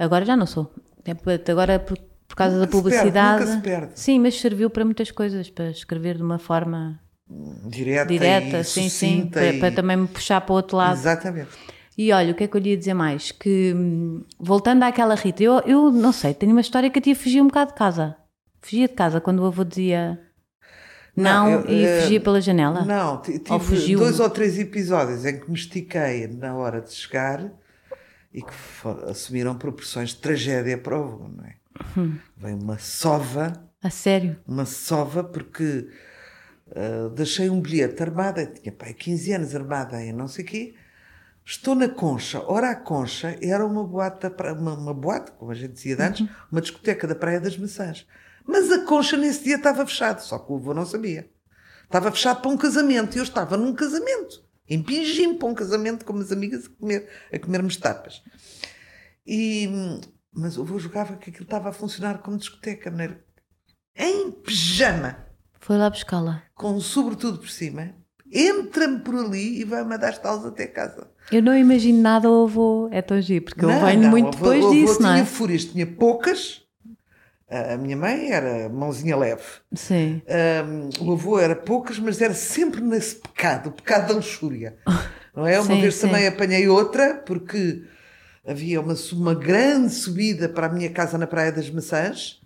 Speaker 1: Agora já não sou. É por- Agora por, por causa
Speaker 2: Nunca
Speaker 1: da
Speaker 2: se perde, nunca
Speaker 1: publicidade.
Speaker 2: se perde.
Speaker 1: Sim, mas serviu para muitas coisas, para escrever de uma forma
Speaker 2: Direta,
Speaker 1: direta,
Speaker 2: e
Speaker 1: sim, sim,
Speaker 2: sucinta
Speaker 1: para,
Speaker 2: e-
Speaker 1: para também me puxar para o outro lado.
Speaker 2: Exatamente.
Speaker 1: E olha, o que é que eu lhe ia dizer mais? Que hum, voltando àquela Rita, eu, eu não sei, tenho uma história que a tia fugia um bocado de casa. Fugia de casa quando o avô dizia não,
Speaker 2: Não, eu-
Speaker 1: e
Speaker 2: eh,
Speaker 1: fugia pela janela.
Speaker 2: Não, ti- tive
Speaker 1: Ou fugiu?
Speaker 2: dois ou três episódios em que me estiquei na hora de chegar e que for- assumiram proporções de tragédia para o avô, não é?
Speaker 1: Hum.
Speaker 2: Veio uma sova,
Speaker 1: A sério.
Speaker 2: uma sova, porque ah, deixei um bilhete armado, eu tinha pai 15 anos armada em não sei quê. Estou na Concha. Ora, a Concha era uma boate, da pra- uma, uma boate, como a gente dizia de antes, uma discoteca da Praia das Maçãs. Mas a Concha nesse dia estava fechada, só que o avô não sabia. Estava fechado para um casamento e eu estava num casamento. Em Pingim, para um casamento com umas amigas a comer, a comermos tapas. E, hum, mas o avô julgava que aquilo estava a funcionar como discoteca, não era? Em pijama,
Speaker 1: Foi lá buscá-la.
Speaker 2: com um sobretudo por cima, entra-me por ali e vai-me a dar estalos até casa.
Speaker 1: Eu não imagino nada ao avô. É tão giro, porque eu
Speaker 2: Não,
Speaker 1: venho
Speaker 2: não,
Speaker 1: muito
Speaker 2: o avô-
Speaker 1: depois
Speaker 2: o avô
Speaker 1: disso, não é?
Speaker 2: tinha fúrias, tinha poucas. A a minha mãe era mãozinha leve.
Speaker 1: Sim.
Speaker 2: Um, o avô era poucas, mas era sempre nesse pecado, o pecado da luxúria. Não é? Uma
Speaker 1: Sim,
Speaker 2: vez
Speaker 1: sim.
Speaker 2: também apanhei outra, porque havia uma, su- uma grande subida para a minha casa na Praia das Maçãs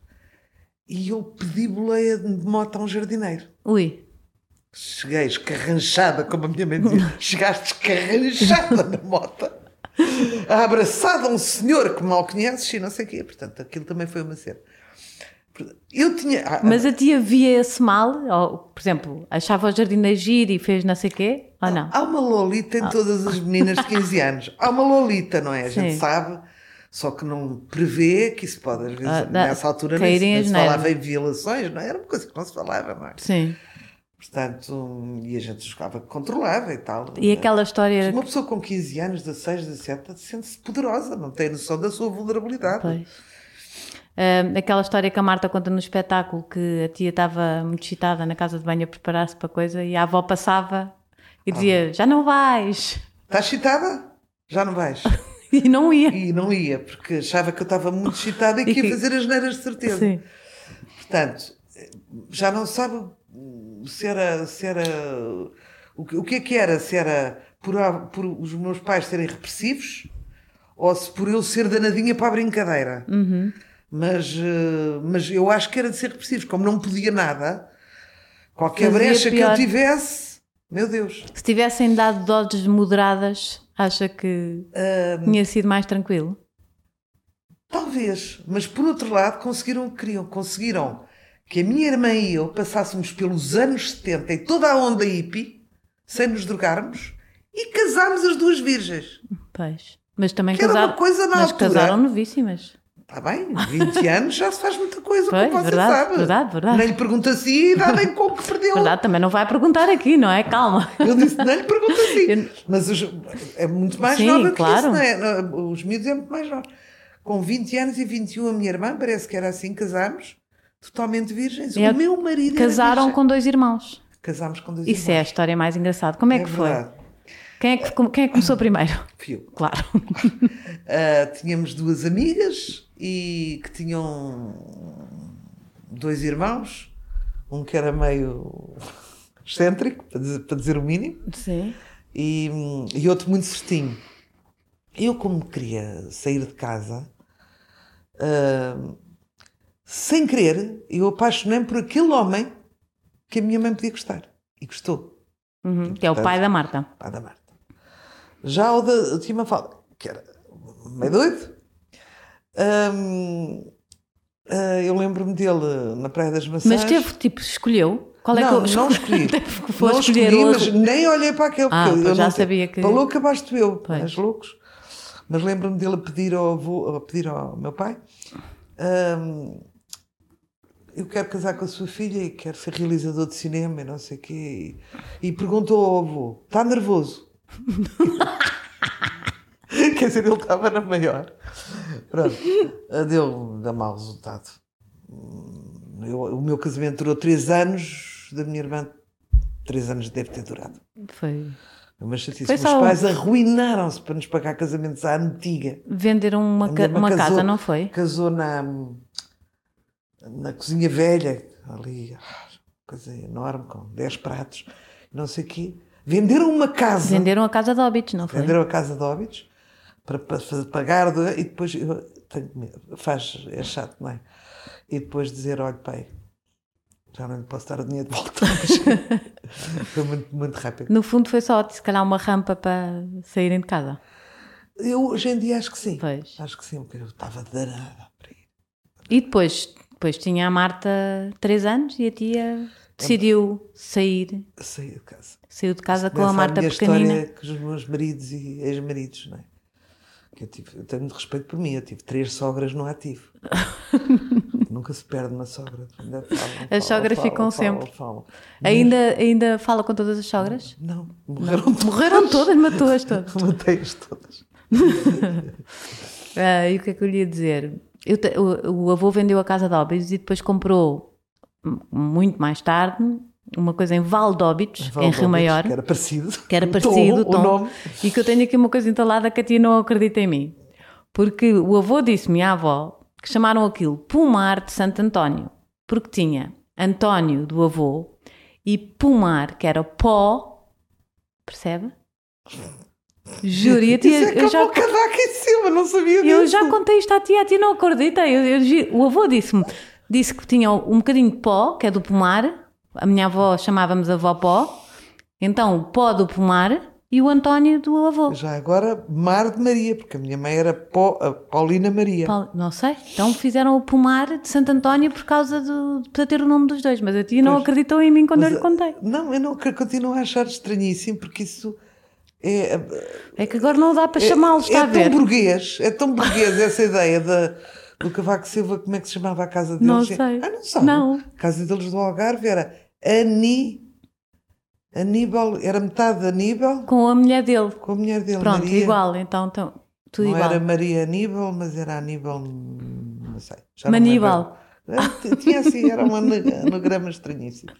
Speaker 2: e eu pedi boleia de moto a um jardineiro.
Speaker 1: Ui.
Speaker 2: Cheguei escarranchada, como a minha mãe dizia, chegaste escarranchada na moto, a abraçada a um senhor que mal conheces e não sei o quê. Portanto, aquilo também foi uma cena. Eu tinha. ah,
Speaker 1: Mas é. a tia via esse mal, ou, por exemplo, achava o jardineiro giro e fez não sei quê, ou não?
Speaker 2: Há uma Lolita
Speaker 1: Ah.
Speaker 2: em todas as meninas de 15 anos. Há uma Lolita, não é? A gente
Speaker 1: Sim.
Speaker 2: sabe, só que não prevê que isso pode, às vezes,
Speaker 1: Ah, dá-
Speaker 2: nessa altura, nem se,
Speaker 1: caírem
Speaker 2: nem
Speaker 1: as
Speaker 2: se
Speaker 1: neiras.
Speaker 2: falava em violações, não é? Era uma coisa que não se falava, não é?
Speaker 1: Sim.
Speaker 2: Portanto, e a gente jogava que controlava e tal. é?
Speaker 1: E aquela história.
Speaker 2: Uma pessoa com 15 anos, 16, 17, sente-se poderosa, não tem noção da sua vulnerabilidade.
Speaker 1: Pois. Ahm, hum, aquela história que a Marta conta no espetáculo que a tia estava muito excitada na casa de banho a preparar-se para coisa e a avó passava e
Speaker 2: Ah.
Speaker 1: dizia já não vais
Speaker 2: Estás Tá excitada? Já não vais.
Speaker 1: e não ia.
Speaker 2: E não ia, porque achava que eu estava muito excitada e que
Speaker 1: E que-
Speaker 2: ia fazer as neiras de certeza.
Speaker 1: Sim.
Speaker 2: Portanto, já não sabe se era. Se era o, que, o que é que era? Se era por, a- por os meus pais serem repressivos ou se por eu ser danadinha para a brincadeira.
Speaker 1: Uhum.
Speaker 2: Mas, eh, mas eu acho que era de ser repressivos, como não podia nada, qualquer
Speaker 1: Fazia
Speaker 2: brecha que
Speaker 1: pior.
Speaker 2: eu tivesse. Meu Deus!
Speaker 1: Se tivessem dado doses moderadas, acha que
Speaker 2: Hum.
Speaker 1: tinha sido mais tranquilo?
Speaker 2: Talvez, mas por outro lado conseguiram o que queriam, conseguiram que a minha irmã e eu passássemos pelos anos 70 e toda a onda hippie sem nos drogarmos e casámos as duas virgens.
Speaker 1: Pois. Mas também
Speaker 2: Que era
Speaker 1: casaram.
Speaker 2: uma coisa na
Speaker 1: mas
Speaker 2: altura.
Speaker 1: casaram novíssimas.
Speaker 2: Está Tá bem, 20 anos já se faz muita coisa,
Speaker 1: Pois,
Speaker 2: como você
Speaker 1: verdade,
Speaker 2: sabe.
Speaker 1: verdade, verdade.
Speaker 2: Nem lhe pergunta assim, e dá nem com o que perdeu.
Speaker 1: Verdade, também não vai perguntar aqui, não é? Calma.
Speaker 2: Eu disse, não lhe pergunta assim.
Speaker 1: Eu-
Speaker 2: Mas os- é muito mais
Speaker 1: Sim,
Speaker 2: nova
Speaker 1: claro.
Speaker 2: que isso, não é? Não, Os miúdos é muito mais nova. Com 20 anos e 21, a minha irmã, parece que era assim, casámos, totalmente virgens.
Speaker 1: É,
Speaker 2: o meu marido era
Speaker 1: Casaram
Speaker 2: virgem.
Speaker 1: com dois irmãos.
Speaker 2: Casámos com dois
Speaker 1: Isso é a
Speaker 2: irmãos.
Speaker 1: história mais engraçada. Como é, que foi?
Speaker 2: verdade.
Speaker 1: Quem é que, como- quem é que começou primeiro?
Speaker 2: Fui eu.
Speaker 1: Claro.
Speaker 2: Ah, tínhamos duas amigas e que tinham dois irmãos, um que era meio excêntrico, para dizer, para dizer o mínimo,
Speaker 1: Sim.
Speaker 2: e, e outro muito certinho. Eu, como queria sair de casa, ah, sem querer, eu apaixonei-me por aquele homem que a minha mãe podia gostar. E gostou.
Speaker 1: Uhum, Que é o pai da Marta.
Speaker 2: Pá da Marta. Já o da eu tinha uma falda, que era meio doido. Hum, ah, eu lembro-me dele na Praia das Maçãs.
Speaker 1: Mas teve, tipo, escolheu? Qual é
Speaker 2: não,
Speaker 1: que eu
Speaker 2: não escolhi.
Speaker 1: Teve que for
Speaker 2: não
Speaker 1: escolher
Speaker 2: escolhi,
Speaker 1: outro.
Speaker 2: mas nem olhei para aquele.
Speaker 1: Ah,
Speaker 2: porque
Speaker 1: pois
Speaker 2: eu
Speaker 1: já
Speaker 2: não sei.
Speaker 1: sabia que-
Speaker 2: Para louco abaixo eu,
Speaker 1: Pois.
Speaker 2: mas loucos. Mas lembro-me dele a pedir ao avô, a pedir ao meu pai. hum, eu quero casar com a sua filha e quero ser realizador de cinema e não sei o quê. E, e perguntou ao avô, está nervoso? Quer dizer, ele estava na maior. Pronto, deu, deu mau resultado. Hum, eu- o meu casamento durou três anos, da minha irmã, três anos deve ter durado.
Speaker 1: Foi.
Speaker 2: Mas chatice,
Speaker 1: Foi
Speaker 2: meus
Speaker 1: só um.
Speaker 2: pais arruinaram-se para nos pagar casamentos à antiga.
Speaker 1: Venderam
Speaker 2: A
Speaker 1: uma,
Speaker 2: minha
Speaker 1: ca-
Speaker 2: irmã
Speaker 1: uma casa,
Speaker 2: casou-
Speaker 1: não foi?
Speaker 2: Casou na, na cozinha velha, ali, ah, coisa enorme, com 10 pratos, não sei o quê. Venderam uma casa,
Speaker 1: Venderam a casa de Óbitos, não foi?
Speaker 2: venderam a casa de Óbidos para, para fazer- pagar do- e depois eu tenho medo, faz, é chato, não é? E depois dizer, olha pai, já não lhe posso dar o dinheiro de volta. Foi muito, muito rápido.
Speaker 1: No fundo foi só, se calhar, uma rampa para saírem de casa.
Speaker 2: Eu hoje em dia acho que sim.
Speaker 1: Pois.
Speaker 2: Acho que sim, porque eu estava danada para ir.
Speaker 1: E depois, depois tinha a Marta 3 anos e a tia decidiu sair.
Speaker 2: Saí de casa.
Speaker 1: Saiu de casa com
Speaker 2: Começa
Speaker 1: a Marta
Speaker 2: é minha
Speaker 1: pequenina.
Speaker 2: história com os meus maridos e ex-maridos, não é? Que eu, tive, eu tenho muito respeito por mim, eu tive três sogras no ativo. Nunca se perde uma sogra. Ainda falam, falam,
Speaker 1: sogras
Speaker 2: falam,
Speaker 1: ficam
Speaker 2: falam,
Speaker 1: sempre.
Speaker 2: falam.
Speaker 1: Ainda, ainda fala com todas as sogras?
Speaker 2: Não, morreram todas.
Speaker 1: Morreram todas, matou-as todas.
Speaker 2: Matei-as todas.
Speaker 1: Ah, e o que é que eu lhe ia dizer? Eu te- o, o avô vendeu a casa de Óbidos e depois comprou, m- muito mais tarde, uma coisa em Val de Óbidos, em Rio Maior,
Speaker 2: Que era parecido.
Speaker 1: que era
Speaker 2: O
Speaker 1: parecido,
Speaker 2: tom,
Speaker 1: Tom,
Speaker 2: o nome.
Speaker 1: e que eu tenho aqui uma coisa entalada que a tia não acredita em mim. Porque o avô disse-me, à avó, que chamaram aquilo Pumar de Santo António, porque tinha António do avô e Pumar, que era o pó, percebe? Juro, e a tia,
Speaker 2: Isso é
Speaker 1: eu
Speaker 2: que
Speaker 1: já
Speaker 2: o cavaco em cima, não sabia
Speaker 1: eu
Speaker 2: disso.
Speaker 1: já contei isto à tia, a tia não acredita. Eu, eu gi- o avô disse-me disse que tinha um bocadinho de pó, que é do pomar. A minha avó chamávamos avó pó. Então, o pó do pomar e o António do avô.
Speaker 2: Já agora, Mar de Maria, porque a minha mãe era Pau- a Paulina Maria.
Speaker 1: Paulo- Não sei. Então fizeram o pomar de Santo António por causa do. para ter o nome dos dois. Mas a tia não
Speaker 2: Pois.
Speaker 1: acreditou em mim quando
Speaker 2: Mas, eh,
Speaker 1: eu lhe contei.
Speaker 2: Não, eu não, que- continuo a achar estranhíssimo, porque isso é.
Speaker 1: É que agora não dá para
Speaker 2: é-
Speaker 1: chamá-los, está
Speaker 2: é
Speaker 1: a ver?
Speaker 2: tão burguês, é tão burguês essa ideia da, do Cavaco Silva, como é que se chamava a casa deles?
Speaker 1: Não sei.
Speaker 2: Ah, não sabe?
Speaker 1: Não.
Speaker 2: A casa deles do Algarve era Ani, Aníbal, era metade de Aníbal
Speaker 1: Com a mulher dele.
Speaker 2: com a mulher dele,
Speaker 1: Pronto,
Speaker 2: Maria.
Speaker 1: igual. Então, então tudo
Speaker 2: Não
Speaker 1: igual.
Speaker 2: era Maria Aníbal, mas era Aníbal, não sei. já não
Speaker 1: Maníbal.
Speaker 2: lembro. É, Tinha assim, era um ano- anograma estranhíssimo.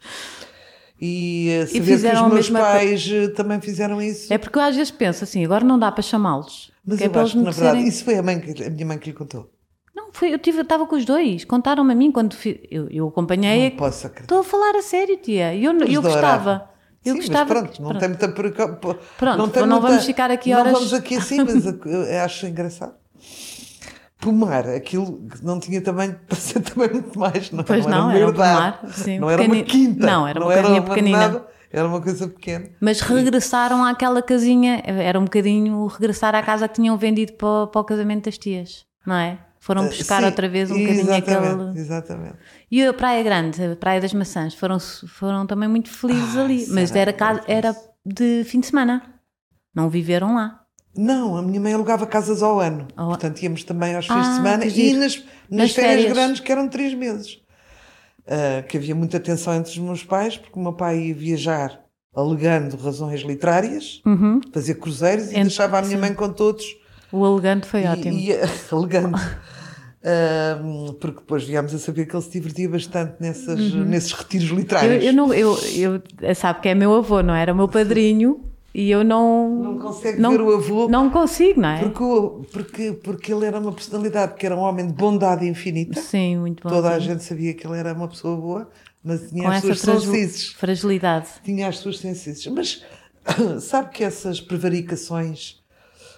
Speaker 2: E eh, saber
Speaker 1: fizeram
Speaker 2: que
Speaker 1: a
Speaker 2: os meus
Speaker 1: mesma co-
Speaker 2: pais eh, também fizeram isso.
Speaker 1: É porque eu às vezes penso assim, agora não dá para chamá-los.
Speaker 2: Mas
Speaker 1: que é
Speaker 2: eu
Speaker 1: para eles
Speaker 2: acho que,
Speaker 1: me
Speaker 2: na verdade,
Speaker 1: dizerem-
Speaker 2: isso foi a, mãe que- a minha mãe que lhe contou.
Speaker 1: Não, foi, eu tive- eu estava com os dois. Contaram-me a mim quando fi- eu, eu acompanhei.
Speaker 2: Não posso acreditar.
Speaker 1: Estou a falar a sério, tia. Eu, eu
Speaker 2: Mas
Speaker 1: gostava. Eu
Speaker 2: Sim,
Speaker 1: gostava.
Speaker 2: Mas pronto, não tem muita preocupação.
Speaker 1: Pronto, não vamos ficar aqui horas-
Speaker 2: Não vamos aqui assim, mas eu- eu acho engraçado. Pomar, aquilo que não tinha tamanho para ser também muito mais, não,
Speaker 1: Pois
Speaker 2: era
Speaker 1: não,
Speaker 2: um
Speaker 1: era um
Speaker 2: herdado.
Speaker 1: pomar, sim,
Speaker 2: não era uma
Speaker 1: pequenino.
Speaker 2: quinta,
Speaker 1: Não, era uma casinha pequenina.
Speaker 2: nada, era uma coisa pequena.
Speaker 1: Mas regressaram àquela casinha. Era um bocadinho o regressar à casa que tinham vendido para, o- para o casamento das tias, não é? Foram buscar
Speaker 2: Eh, Ah, Sim,
Speaker 1: outra vez um bocadinho
Speaker 2: exatamente,
Speaker 1: aquele.
Speaker 2: Exatamente.
Speaker 1: E a Praia Grande, a Praia das Maçãs, foram, foram também muito felizes
Speaker 2: Ah,
Speaker 1: ali.
Speaker 2: isso
Speaker 1: Mas
Speaker 2: era
Speaker 1: era, ca-
Speaker 2: maravilhoso.
Speaker 1: era de fim de semana. Não viveram lá.
Speaker 2: Não, a minha mãe alugava casas ao ano.
Speaker 1: Ao-
Speaker 2: Portanto, íamos também aos
Speaker 1: Ah,
Speaker 2: fins de semana
Speaker 1: que
Speaker 2: e
Speaker 1: giro.
Speaker 2: nas, nas,
Speaker 1: Nas
Speaker 2: férias,
Speaker 1: férias.
Speaker 2: grandes, que eram três meses. Ah, que havia muita tensão entre os meus pais, porque o meu pai ia viajar alegando razões literárias,
Speaker 1: Uhum.
Speaker 2: fazia cruzeiros e
Speaker 1: Entre-
Speaker 2: deixava a minha
Speaker 1: sim.
Speaker 2: mãe com todos.
Speaker 1: O alegante foi
Speaker 2: E-
Speaker 1: ótimo.
Speaker 2: E, alegando. Ahm, porque depois viemos a saber que ele se divertia bastante nessas, nesses retiros
Speaker 1: Uhum. Eu,
Speaker 2: literários.
Speaker 1: eu não, eu, eu, sabe que é meu avô, não era meu padrinho e eu não.
Speaker 2: Não consegue ver o avô.
Speaker 1: Não consigo, não é?
Speaker 2: Porque, o- porque, porque ele era uma personalidade que era um homem de bondade infinita.
Speaker 1: Sim, muito bom.
Speaker 2: Toda a
Speaker 1: sim.
Speaker 2: gente sabia que ele era uma pessoa boa, mas tinha
Speaker 1: Com
Speaker 2: as
Speaker 1: essa
Speaker 2: suas
Speaker 1: fragil-
Speaker 2: sensizes.
Speaker 1: fragilidade.
Speaker 2: Tinha as suas sensizes. Mas sabe que essas prevaricações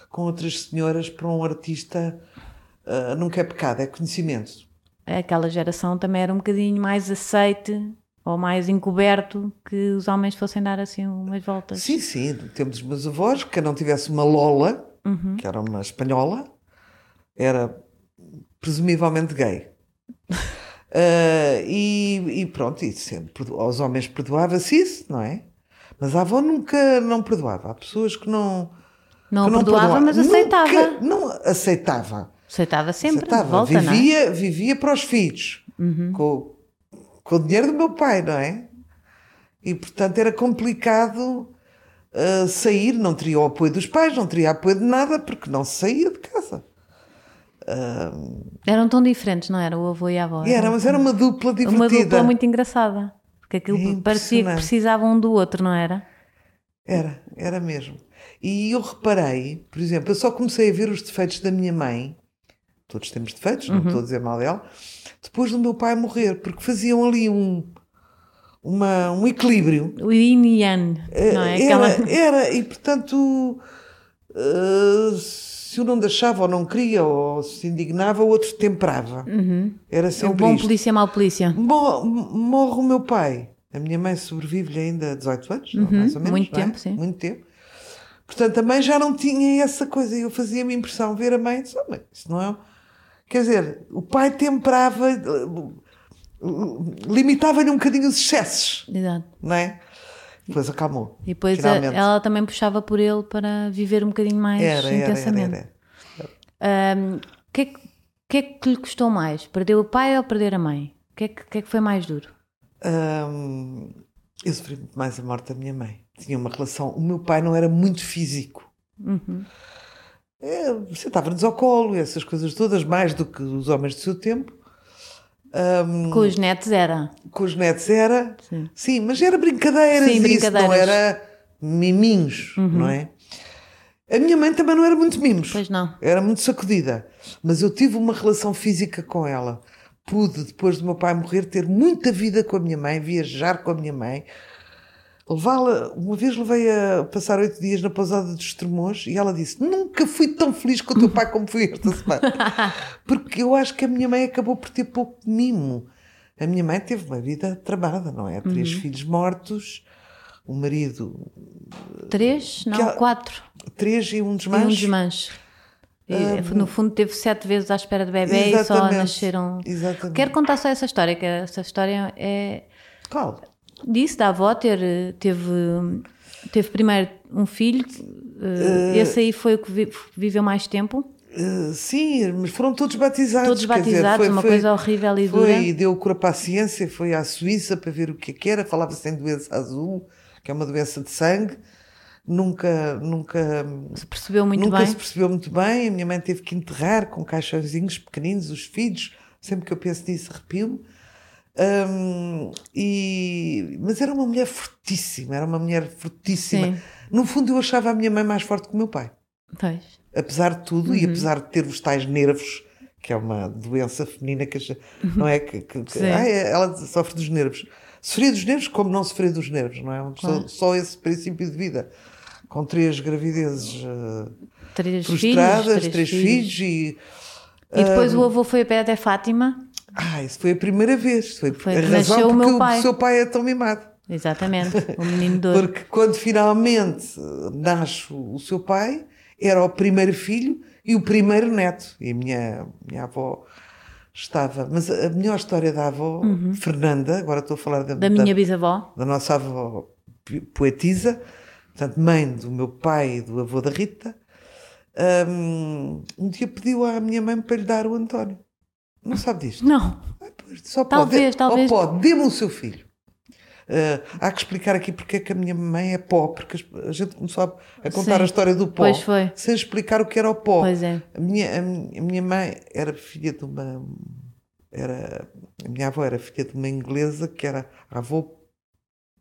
Speaker 2: com outras senhoras para um artista ah, nunca é pecado, é conhecimento.
Speaker 1: É, Aquela geração também era um bocadinho mais aceite ou mais encoberto que os homens fossem dar assim umas voltas.
Speaker 2: Sim, sim, temos os meus avós, que não tivesse uma Lola,
Speaker 1: Uhum.
Speaker 2: que era uma espanhola, era presumivelmente gay. Ah, e, e pronto, e sempre, perdo- aos homens perdoava-se isso, não é? Mas a avó nunca não perdoava. Há pessoas que não.
Speaker 1: Não
Speaker 2: que não
Speaker 1: perdoava, mas
Speaker 2: Nunca-
Speaker 1: aceitava.
Speaker 2: não aceitava.
Speaker 1: Aceitava sempre, de
Speaker 2: aceitava.
Speaker 1: volta, não é?
Speaker 2: vivia, vivia para os filhos, com, com o dinheiro do meu pai, não é? E portanto era complicado ah, sair, não teria o apoio dos pais, não teria apoio de nada, porque não se saía de casa.
Speaker 1: Eram tão diferentes, não era? O avô e a avó.
Speaker 2: E era, mas era uma dupla divertida.
Speaker 1: Uma dupla muito engraçada. Porque aquilo
Speaker 2: É
Speaker 1: parecia que
Speaker 2: impressionante.
Speaker 1: precisavam um do outro, não era?
Speaker 2: Era, era mesmo. E eu reparei, por exemplo, eu só comecei a ver os defeitos da minha mãe, todos temos defeitos, não estou a dizer mal dela, depois do meu pai morrer, porque faziam ali um, uma, um equilíbrio.
Speaker 1: O yin e yang, não é?
Speaker 2: era,
Speaker 1: Aquela-
Speaker 2: era, e portanto, eh, se um não deixava ou não queria ou se indignava, o outro temperava. Era
Speaker 1: O
Speaker 2: sempre
Speaker 1: Uhum. É um bom
Speaker 2: isto.
Speaker 1: polícia, mau polícia.
Speaker 2: Mo- Morre o meu pai. A minha mãe sobrevive-lhe ainda a 18 anos, não, mais ou
Speaker 1: Uhum.
Speaker 2: menos.
Speaker 1: muito
Speaker 2: não é?
Speaker 1: tempo, sim.
Speaker 2: Muito tempo. Portanto, a mãe já não tinha essa coisa. Eu fazia-me impressão ver a mãe e disse, "Oh, mãe, isso não é. um-" Quer dizer, o pai temperava, eh, limitava-lhe um bocadinho os excessos,
Speaker 1: Exato.
Speaker 2: não é? Depois acalmou.
Speaker 1: E depois a-
Speaker 2: finalmente.
Speaker 1: ela também puxava por ele para viver um bocadinho mais
Speaker 2: Era, era, era,
Speaker 1: intensamente.
Speaker 2: era.
Speaker 1: Ahm, O que, é que, o que é que lhe custou mais? Perder o pai ou perder a mãe? O que é que, o que é que foi mais duro?
Speaker 2: Hum, eu sofri muito mais a morte da minha mãe. Tinha uma relação. O meu pai não era muito físico.
Speaker 1: Uhum.
Speaker 2: É, Sentava-nos ao colo, e essas coisas todas, mais do que os homens do seu tempo. Hum.
Speaker 1: Com os netos era.
Speaker 2: Com os netos era.
Speaker 1: Sim.
Speaker 2: mas era brincadeiras,
Speaker 1: Sim,
Speaker 2: e isso, não
Speaker 1: brincadeiras. Uhum.
Speaker 2: era miminhos, não é? A minha mãe também não era muito mimos.
Speaker 1: Pois não.
Speaker 2: Era muito sacudida. Mas eu tive uma relação física com ela. Pude, depois do meu pai morrer, ter muita vida com a minha mãe, viajar com a minha mãe. Levá-la, uma vez levei a passar oito dias na pousada dos Tremores e ela disse: Nunca fui tão feliz com o teu pai como fui esta semana. Porque eu acho que a minha mãe acabou por ter pouco mimo. A minha mãe teve uma vida tramada, não é? Três
Speaker 1: Uhum.
Speaker 2: filhos mortos, o marido,
Speaker 1: Três? Não,
Speaker 2: Que ela-
Speaker 1: quatro.
Speaker 2: três e um
Speaker 1: E um
Speaker 2: desmanche.
Speaker 1: desmanche. E, no fundo teve sete vezes à espera de bebê e só
Speaker 2: Exatamente.
Speaker 1: nasceram.
Speaker 2: Exatamente.
Speaker 1: Quero contar só essa história, que essa história é,
Speaker 2: Qual?
Speaker 1: Disse da avó ter, eh, teve, teve primeiro um filho, eh, esse aí foi o que vi- viveu mais tempo.
Speaker 2: Uh, sim, mas foram todos batizados.
Speaker 1: Todos
Speaker 2: quer dizer,
Speaker 1: batizados, uma coisa horrível né? e
Speaker 2: foi,
Speaker 1: dura.
Speaker 2: deu cura para a ciência, foi à Suíça para ver o que é que era, falava-se em doença azul, que é uma doença de sangue, nunca, nunca,
Speaker 1: Se percebeu muito
Speaker 2: nunca
Speaker 1: bem.
Speaker 2: se percebeu muito bem, a minha mãe teve que enterrar com caixãozinhos pequeninos os filhos, sempre que eu penso nisso arrepio-me. Hum, e, mas era uma mulher fortíssima, era uma mulher fortíssima.
Speaker 1: Sim.
Speaker 2: No fundo eu achava a minha mãe mais forte que o meu pai
Speaker 1: Pois.
Speaker 2: apesar de tudo
Speaker 1: Uhum.
Speaker 2: e apesar de ter os tais nervos que é uma doença feminina que as- não é que, que- que-
Speaker 1: Uhum. Sim.
Speaker 2: Ah, é, ela sofre dos nervos sofrer dos nervos como não sofrer dos nervos não é Uma pessoa-
Speaker 1: Claro.
Speaker 2: só esse princípio de vida com três gravidezes eh,
Speaker 1: Três
Speaker 2: frustradas
Speaker 1: filhos.
Speaker 2: três, filhos. Ah, e
Speaker 1: E depois o avô foi a pé até Fátima.
Speaker 2: ah isso foi a primeira vez isso foi,
Speaker 1: Foi
Speaker 2: a
Speaker 1: que
Speaker 2: razão
Speaker 1: nasceu o
Speaker 2: porque
Speaker 1: meu
Speaker 2: o
Speaker 1: pai.
Speaker 2: seu pai é tão mimado
Speaker 1: Exatamente. O menino de ouro.
Speaker 2: Porque quando finalmente eh, nasce o o seu pai, era o primeiro filho e o primeiro neto. E a minha, minha avó estava. Mas a a melhor história da avó, Fernanda, agora estou a falar Uhum. da,
Speaker 1: Da
Speaker 2: da-
Speaker 1: minha bisavó.
Speaker 2: da nossa avó po- poetisa, portanto, mãe do meu pai e do avô da Rita, Um, um dia pediu à minha mãe para lhe dar o António. Não sabe disto?
Speaker 1: Não.
Speaker 2: Ah, pois, Só
Speaker 1: Talvez,
Speaker 2: pode,
Speaker 1: talvez.
Speaker 2: Ou pode, dê-me o seu filho. Ah, há que explicar aqui porque é que a minha mãe é pó, porque as- a gente começou a, a contar
Speaker 1: Sim.
Speaker 2: a história do pó,
Speaker 1: Pois foi.
Speaker 2: sem explicar o Oh, que era o pó.
Speaker 1: Pois é.
Speaker 2: A minha, a minha- a minha mãe era filha de uma. Era, a minha avó era filha de uma inglesa que era a avó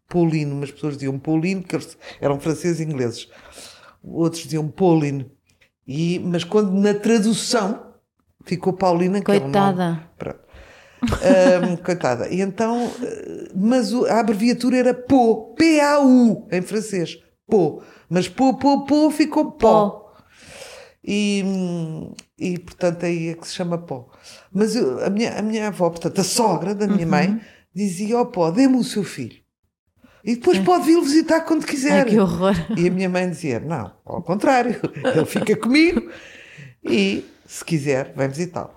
Speaker 2: Paulino. Umas pessoas diziam Paulino, que eles eram franceses e ingleses. Outros diziam Pauline. E, mas quando na tradução ficou Paulina, que é um nome-
Speaker 1: Coitada.
Speaker 2: Pronto. Ahm, coitada. E então, eh, mas o- a abreviatura era PO, P-A-U, em francês, PO. Mas PO, PO, PO ficou pó.
Speaker 1: Pó.
Speaker 2: E, hum, e portanto aí é que se chama pó. Mas eu- a, minha, a minha avó, portanto, a sogra da minha
Speaker 1: Uhum.
Speaker 2: mãe, dizia ao pó: dê-me o seu filho. E depois pode vir visitar quando
Speaker 1: Ai,
Speaker 2: quiser.
Speaker 1: que horror.
Speaker 2: E a minha mãe dizia: Não, ao contrário, ele fica comigo e, se quiser, vem visitá-lo.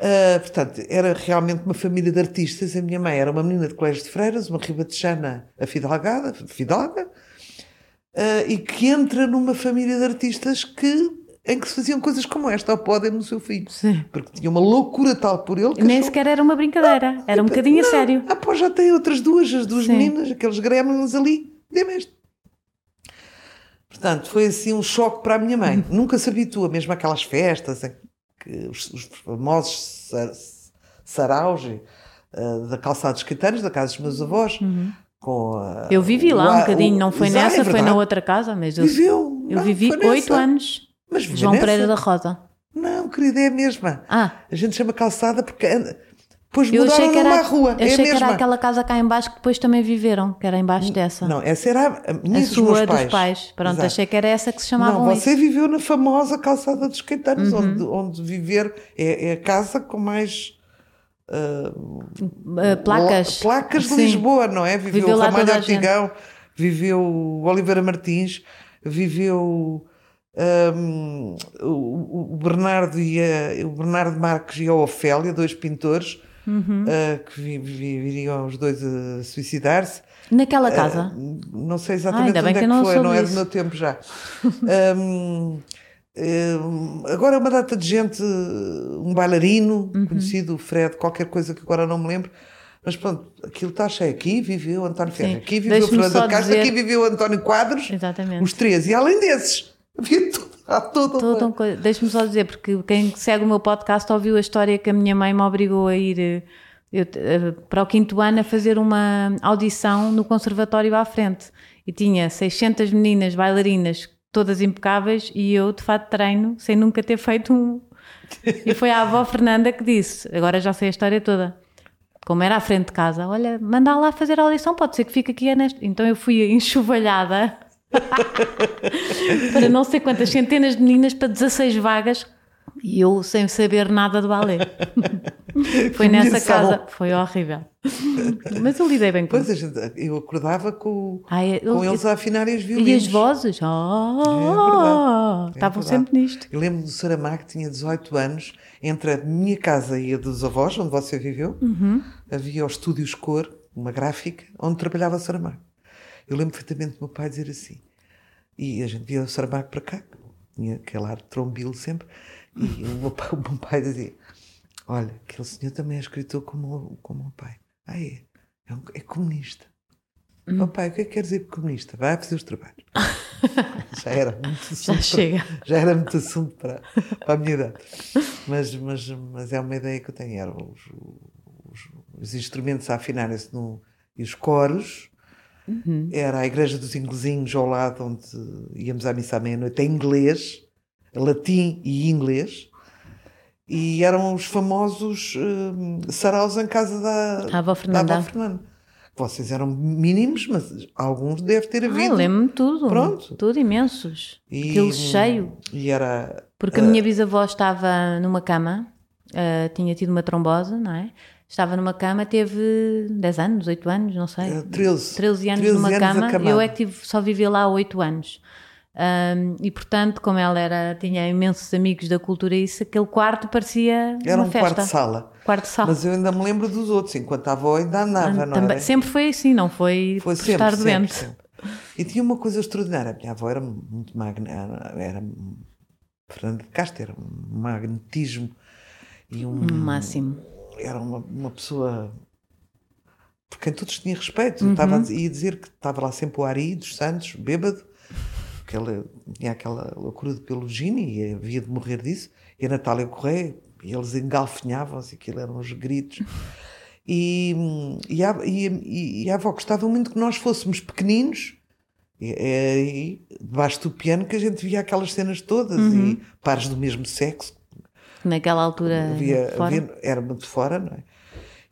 Speaker 2: Ah, portanto, era realmente uma família de artistas. A minha mãe era uma menina de colégio de freiras, uma ribatejana afidalgada, fidalga, ah, e que entra numa família de artistas que, em que se faziam coisas como esta, ao podem no seu filho.
Speaker 1: Sim.
Speaker 2: Porque tinha uma loucura tal por ele que
Speaker 1: Nem
Speaker 2: achou-
Speaker 1: sequer era uma brincadeira. Era um bocadinho a
Speaker 2: Não,
Speaker 1: sério.
Speaker 2: Ah, pô, já tem outras duas, as duas
Speaker 1: Sim.
Speaker 2: meninas, aqueles gremlins ali, dê-me este. Portanto, foi assim um choque para a minha
Speaker 1: Uhum.
Speaker 2: mãe. Nunca se habitua, mesmo àquelas festas em que os, os famosos sa- saraus eh, da calçada dos Caetanos, da casa dos meus avós, com a-
Speaker 1: Uhum. Eu vivi
Speaker 2: o
Speaker 1: lá um
Speaker 2: a-
Speaker 1: bocadinho.
Speaker 2: o-
Speaker 1: Não foi
Speaker 2: Exato, é
Speaker 1: nessa, foi na
Speaker 2: verdade.
Speaker 1: outra casa, mas eu,
Speaker 2: Viveu,
Speaker 1: eu
Speaker 2: não,
Speaker 1: vivi
Speaker 2: foi nessa.
Speaker 1: oito anos.
Speaker 2: Mas viveu
Speaker 1: João
Speaker 2: nessa.
Speaker 1: Pereira da Rosa.
Speaker 2: Não, querida, é a mesma.
Speaker 1: Ah,
Speaker 2: A gente chama calçada porque anda- depois
Speaker 1: eu
Speaker 2: mudaram
Speaker 1: achei que
Speaker 2: numa
Speaker 1: era, eu
Speaker 2: rua. é a
Speaker 1: achei que
Speaker 2: mesma.
Speaker 1: era aquela casa cá em baixo que depois também viveram, que era em baixo dessa.
Speaker 2: Não, essa era a- a minha
Speaker 1: a
Speaker 2: e dos meus
Speaker 1: sua
Speaker 2: pais.
Speaker 1: dos pais. Pronto,
Speaker 2: Exato.
Speaker 1: achei que era essa que se
Speaker 2: Não,
Speaker 1: chamavam
Speaker 2: você
Speaker 1: isso. Uhum.
Speaker 2: viveu na famosa calçada dos Caetanos, onde, onde viver é, é a casa com mais
Speaker 1: Ah, placas.
Speaker 2: la- placas de
Speaker 1: Sim.
Speaker 2: Lisboa, não é? Viveu,
Speaker 1: Viveu
Speaker 2: o
Speaker 1: lá
Speaker 2: Ramalho
Speaker 1: toda a gente.
Speaker 2: Ortigão, viveu o Oliveira Martins, viveu hum, o, o Bernardo e a- o Bernardo Marques e a Ofélia, dois pintores.
Speaker 1: Uhum.
Speaker 2: ah, que vi- vi- viriam os dois a suicidar-se Eh,
Speaker 1: Naquela casa.
Speaker 2: não sei
Speaker 1: Ah,
Speaker 2: exatamente
Speaker 1: ainda bem
Speaker 2: onde
Speaker 1: que
Speaker 2: é
Speaker 1: eu não
Speaker 2: que foi, não
Speaker 1: soube
Speaker 2: é do
Speaker 1: isso.
Speaker 2: meu tempo já. Hum, hum, agora é uma data de gente, um bailarino
Speaker 1: Uhum.
Speaker 2: conhecido, o Fred, qualquer coisa que agora não me lembro. Mas pronto, aquilo está cheio. Aqui viveu António Ferreira,
Speaker 1: Sim.
Speaker 2: aqui viveu
Speaker 1: Deixe-me
Speaker 2: Fernando
Speaker 1: só
Speaker 2: de Castro,
Speaker 1: dizer-
Speaker 2: aqui viveu António Quadros,
Speaker 1: Exatamente.
Speaker 2: os três. E além desses, havia tudo, há todo,
Speaker 1: Toda uma coisa- Deixa-me só dizer, porque quem segue o meu podcast ouviu a história que a minha mãe me obrigou a ir eh, eu te- eh, para o quinto ano a fazer uma audição no conservatório à frente. E tinha 600 meninas bailarinas, todas impecáveis, e eu de fato treino sem nunca ter feito um. E foi a avó Fernanda que disse: agora já sei a história toda. Como era à frente de casa, olha, manda lá fazer a audição, pode ser que fique aqui. Neste... Então eu fui enxovalhada para não sei quantas centenas de meninas para 16 vagas e eu sem saber nada do balé.
Speaker 2: É
Speaker 1: Foi nessa
Speaker 2: humilhação.
Speaker 1: casa, foi horrível. Mas eu lidei bem com
Speaker 2: Pois
Speaker 1: isso.
Speaker 2: a gente, eu acordava com,
Speaker 1: Ai, eu-
Speaker 2: com eles é a afinarem os violinos.
Speaker 1: E as vozes? Oh,
Speaker 2: verdade. É
Speaker 1: estavam
Speaker 2: verdade.
Speaker 1: sempre nisto.
Speaker 2: Eu lembro do Saramago que tinha 18 anos, entre a minha casa e a dos avós, onde você viveu, havia os estúdios Cor, uma gráfica, onde trabalhava o Saramago. Eu lembro perfeitamente do meu pai dizer assim, e a gente via o Saramago para cá, tinha aquele ar de trombilo sempre, e o meu pai, o meu pai dizia, olha, aquele senhor também é escritor como, o- como o meu pai. Ah, é? É, um- é comunista. Meu pai, o que é que quer dizer por comunista? Vai fazer os trabalhos. Já era muito
Speaker 1: Já chega.
Speaker 2: já era muito assunto para, para a minha idade. Mas, mas, mas é uma ideia que eu tenho. Eram os, os- os instrumentos a afinarem-se no- e os coros.
Speaker 1: Uhum.
Speaker 2: Era a Igreja dos Inglesinhos ao lado, onde íamos à missa à meia-noite, em inglês, latim e inglês. E eram os famosos hum, saraus em casa da,
Speaker 1: Da avó Fernanda.
Speaker 2: da avó Fernanda. Vocês eram mínimos, mas alguns deve ter
Speaker 1: Ah,
Speaker 2: havido.
Speaker 1: lembro-me tudo.
Speaker 2: Pronto.
Speaker 1: Tudo imensos.
Speaker 2: E- eh,
Speaker 1: Aquilo cheio.
Speaker 2: E era
Speaker 1: Porque a minha bisavó estava numa cama, ah, tinha tido uma trombose, não é? Estava numa cama, teve 10 anos, 8 anos, não sei.
Speaker 2: Eh, 13.
Speaker 1: 13 É, anos
Speaker 2: 13
Speaker 1: numa
Speaker 2: anos
Speaker 1: cama.
Speaker 2: acamada.
Speaker 1: Eu é que tive, só vivi lá 8 anos. Ahm, e portanto, como ela era, tinha imensos amigos da cultura, e isso, aquele quarto parecia
Speaker 2: Era
Speaker 1: uma
Speaker 2: um
Speaker 1: festa.
Speaker 2: quarto de sala.
Speaker 1: Quarto de sala.
Speaker 2: Mas eu ainda me lembro dos outros, enquanto a avó ainda andava, não
Speaker 1: Também-
Speaker 2: era?
Speaker 1: Sempre foi assim, não foi,
Speaker 2: Foi
Speaker 1: por
Speaker 2: sempre,
Speaker 1: estar
Speaker 2: sempre,
Speaker 1: doente.
Speaker 2: sempre. E tinha uma coisa extraordinária. A minha avó era muito magna, era Fernando de Castro era um magnetismo e um.
Speaker 1: Máximo.
Speaker 2: Era uma, uma pessoa por quem todos tinham respeito. Eu Estava a dizer- ia dizer que estava lá sempre o Ari dos Santos, bêbado, porque ele tinha aquela loucura de pelo Gini e havia de morrer disso. E a Natália Correia, e eles engalfinhavam-se, assim, aquilo eram os gritos. E, e, a, e- e a avó gostava muito que nós fôssemos pequeninos. E, e, e debaixo do piano que a gente via aquelas cenas todas e pares do mesmo sexo
Speaker 1: Naquela altura.
Speaker 2: Havia-
Speaker 1: fora.
Speaker 2: havia- era muito fora, não é?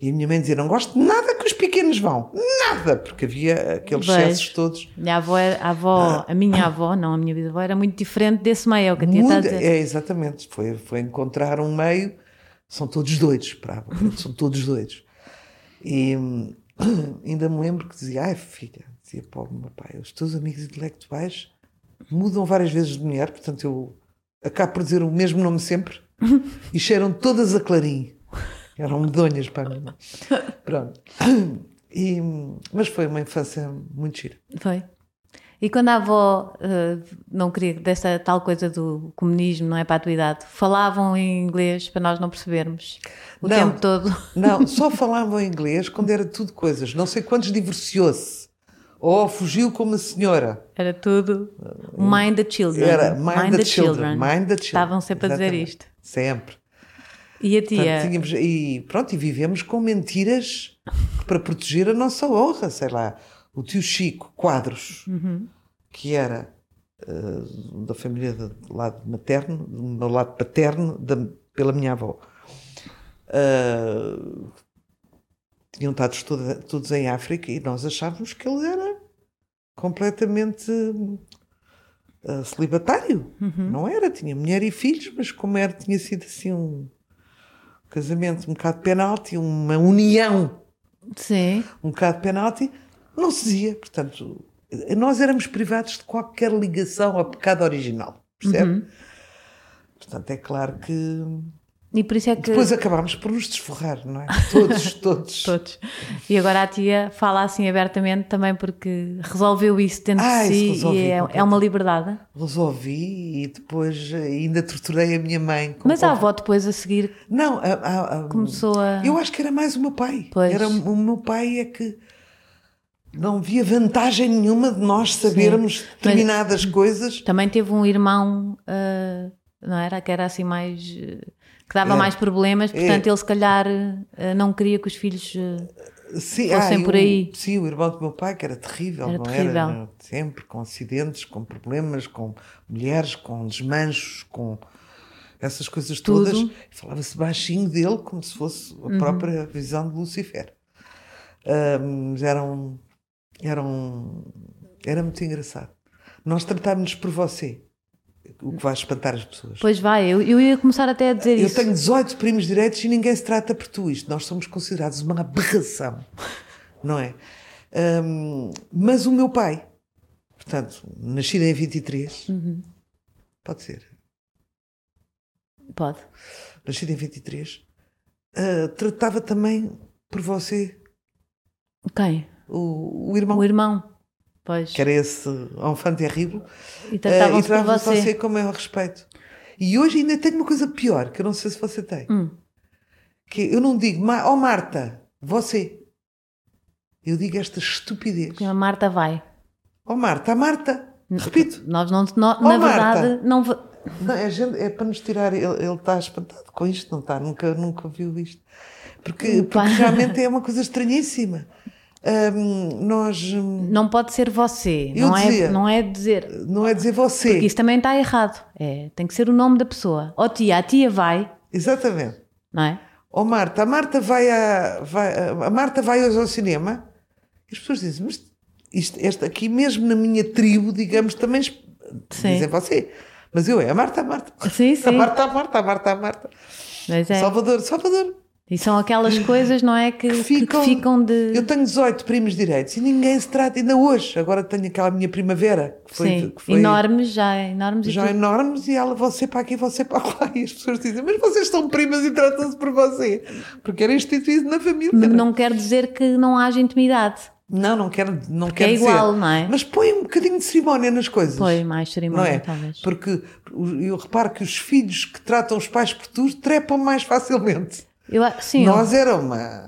Speaker 2: E a minha mãe dizia: Não gosto de nada que os pequenos vão, nada, porque havia aqueles
Speaker 1: Vejo.
Speaker 2: excessos todos.
Speaker 1: Minha avó, era- a, avó,
Speaker 2: Ah.
Speaker 1: a minha avó, não a minha bisavó, era muito diferente desse meio, é o que eu tinha estado a
Speaker 2: Muda-
Speaker 1: dizer.
Speaker 2: é, exatamente, foi, foi encontrar um meio, são todos doidos, bravo, são todos doidos. E hum, ainda me lembro que dizia: Ai filha, dizia para o meu pai, os teus amigos intelectuais mudam várias vezes de mulher, portanto eu acabo por dizer o mesmo nome sempre e cheiram todas a clarim. Eram medonhas para mim. Pronto. E, hum, mas foi uma infância muito gira.
Speaker 1: Foi. E quando a avó eh, não queria dessa tal coisa do comunismo, não é para a tua idade, falavam em inglês para nós não percebermos o
Speaker 2: Não.
Speaker 1: tempo todo.
Speaker 2: Não, só falavam inglês quando era tudo coisas. Não sei quantos divorciou-se. Ou fugiu como a senhora.
Speaker 1: Era tudo mind the children.
Speaker 2: Era mind, the, children. Mind the children.
Speaker 1: Estavam sempre a dizer
Speaker 2: Exatamente.
Speaker 1: isto.
Speaker 2: Sempre.
Speaker 1: E a
Speaker 2: Portanto,
Speaker 1: tia,
Speaker 2: tínhamos- e pronto, e vivemos com mentiras para proteger a nossa honra, sei lá. O tio Chico Quadros, que era eh, da família do lado materno, do meu lado paterno, da- pela minha avó. Eh, tinham estado toda- todos em África e nós achávamos que ele era completamente eh, celibatário. Não era, tinha mulher e filhos, mas como era, tinha sido assim um casamento um bocado penalti, uma união
Speaker 1: sim,
Speaker 2: um bocado penalti, não se dizia. Portanto, nós éramos privados de qualquer ligação ao pecado original, percebe?
Speaker 1: Uhum.
Speaker 2: Portanto, é claro que.
Speaker 1: e por isso é que
Speaker 2: Depois acabámos por nos desforrar, não é? Todos, todos.
Speaker 1: todos. E agora a tia fala assim abertamente também porque resolveu isso dentro
Speaker 2: Ah, isso
Speaker 1: de si
Speaker 2: resolvi
Speaker 1: e é, é uma liberdade.
Speaker 2: Resolvi e depois ainda torturei a minha mãe. com-
Speaker 1: Mas a avó depois a seguir
Speaker 2: Não, a- a- a-
Speaker 1: começou a.
Speaker 2: eu acho que era mais o meu pai.
Speaker 1: Pois.
Speaker 2: Era, o meu pai é que. Não via vantagem nenhuma de nós sabermos determinadas coisas
Speaker 1: Também teve um irmão, ah, não era? Que era assim mais. eh, que dava
Speaker 2: É.
Speaker 1: mais problemas, portanto ele se calhar eh, não queria que os filhos. eh,
Speaker 2: Sim,
Speaker 1: fossem
Speaker 2: e
Speaker 1: por
Speaker 2: o-
Speaker 1: aí.
Speaker 2: sim, o irmão do meu pai, que era terrível,
Speaker 1: Era
Speaker 2: não
Speaker 1: terrível.
Speaker 2: era? Era Sempre com acidentes, com problemas, com mulheres, com desmanchos, com essas coisas
Speaker 1: Tudo. Uhum.
Speaker 2: todas. Falava-se baixinho dele, como se fosse a própria visão de Lucifer. Ahm, mas era um, era um. Era muito engraçado. Nós tratámos-nos por você, o que vai espantar as pessoas.
Speaker 1: Pois vai, eu, eu ia começar até a dizer
Speaker 2: Eu
Speaker 1: isso.
Speaker 2: tenho 18 primos direitos e ninguém se trata por tu. Isto nós somos considerados uma aberração, não é? Hum, mas o meu pai, portanto, nascido em 23, pode ser,
Speaker 1: Pode.
Speaker 2: nascido em 23, ah, tratava também por você
Speaker 1: Quem?
Speaker 2: o, o irmão,
Speaker 1: O irmão. Pois.
Speaker 2: que era esse enfant terrível,
Speaker 1: E então,
Speaker 2: ah, e
Speaker 1: tratavam-se por
Speaker 2: tratava
Speaker 1: você.
Speaker 2: você com o maior respeito. E hoje ainda tenho uma coisa pior, que eu não sei se você tem.
Speaker 1: Hum.
Speaker 2: que eu não digo, "Ma- oh Marta, você. Eu digo esta estupidez.
Speaker 1: A Marta vai.
Speaker 2: Oh Marta, a Marta,
Speaker 1: Hum.
Speaker 2: repito.
Speaker 1: Nós não. nó- na
Speaker 2: Oh,
Speaker 1: verdade,
Speaker 2: Marta.
Speaker 1: não. va-
Speaker 2: Não, é, gente- é para nos tirar, ele, ele está espantado com isto, não está? Nunca, nunca viu isto. Porque,
Speaker 1: Opa.
Speaker 2: porque realmente é uma coisa estranhíssima. Ahm, nós. hum,
Speaker 1: Não pode ser você.
Speaker 2: Eu
Speaker 1: não, é,
Speaker 2: dizia.
Speaker 1: não é dizer.
Speaker 2: Não é dizer você.
Speaker 1: Porque isso também está errado. É, tem que ser o nome da pessoa. Ó tia, a tia vai,
Speaker 2: Exatamente.
Speaker 1: não é?
Speaker 2: Oh Marta, a Marta vai, a, vai- a Marta vai hoje ao cinema? E as pessoas dizem, mas isto, esta aqui mesmo na minha tribo, digamos, também es-
Speaker 1: Sim.
Speaker 2: dizem você. Mas eu é a Marta, a Marta.
Speaker 1: Sim,
Speaker 2: A
Speaker 1: sim.
Speaker 2: Marta, a Marta, a Marta, a Marta.
Speaker 1: Mas é.
Speaker 2: Salvador, Salvador.
Speaker 1: E são aquelas coisas, não é? Que, que- que ficam,
Speaker 2: ficam-
Speaker 1: de.
Speaker 2: Eu tenho 18 primos direitos e ninguém se trata, ainda hoje. Agora tenho aquela minha primavera, que foi,
Speaker 1: sim,
Speaker 2: que foi
Speaker 1: enormes, já é enormes. e
Speaker 2: já é
Speaker 1: tudo.
Speaker 2: enormes, e ela, você para aqui, você para lá. E as pessoas dizem, mas vocês são primas e tratam-se por você. Porque era instituído na família.
Speaker 1: Não quer dizer que não haja intimidade.
Speaker 2: Não, não quero, não
Speaker 1: é
Speaker 2: quero
Speaker 1: igual,
Speaker 2: dizer.
Speaker 1: não é?
Speaker 2: Mas põe um bocadinho de cerimónia nas coisas.
Speaker 1: Foi mais
Speaker 2: não
Speaker 1: cerimónia,
Speaker 2: é?
Speaker 1: talvez.
Speaker 2: Porque o- eu reparo que os filhos que tratam os pais por tu trepam mais facilmente.
Speaker 1: Eu, a- sim, Hum.
Speaker 2: Nós era uma.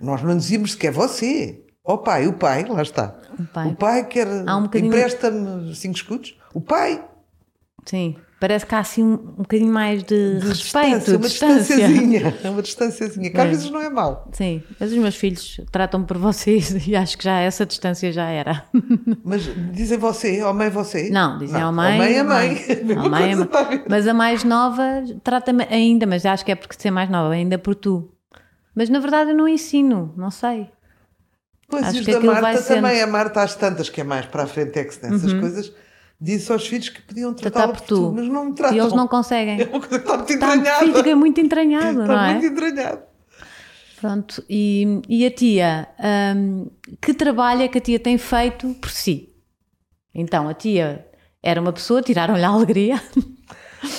Speaker 2: Nós não dizíamos sequer você. Ó pai, o pai, lá está.
Speaker 1: o pai.
Speaker 2: O pai quer.
Speaker 1: Há um bocadinho-
Speaker 2: Empresta-me cinco escudos. O pai,
Speaker 1: Sim. Parece que há assim um, um bocadinho mais de,
Speaker 2: de
Speaker 1: respeito,
Speaker 2: distância, uma distanciazinha. É uma distanciazinha, que às vezes não é mau.
Speaker 1: Sim, mas os meus filhos tratam por vocês e acho que já essa distância já era.
Speaker 2: Mas dizem você, ó mãe, você.
Speaker 1: Não, dizem ao
Speaker 2: Ó
Speaker 1: mãe.
Speaker 2: mãe, é mãe.
Speaker 1: Ao mãe é mãe.
Speaker 2: Mesma coisa, está a ver?
Speaker 1: Mas a mais nova trata-me ainda, mas acho que é porque ser mais nova, ainda por tu. Mas na verdade eu não ensino, não sei.
Speaker 2: Pois
Speaker 1: Acho
Speaker 2: e os
Speaker 1: que
Speaker 2: da
Speaker 1: aquilo
Speaker 2: Marta
Speaker 1: vai sendo- Uhum.
Speaker 2: também, a Marta às tantas, que é mais para a frente é que se tem essas coisas, disse aos filhos que podiam tratá-la
Speaker 1: Tratar
Speaker 2: por tu, mas não me tratam.
Speaker 1: E eles não
Speaker 2: É
Speaker 1: conseguem. Tá
Speaker 2: uma coisa que está muito
Speaker 1: Está, fica
Speaker 2: entranhada.
Speaker 1: é muito entranhado, não
Speaker 2: Está
Speaker 1: é?
Speaker 2: muito entranhado.
Speaker 1: Pronto, e, e a tia, hum, que trabalho é que a tia tem feito por si? Então, a tia era uma pessoa, tiraram-lhe a alegria.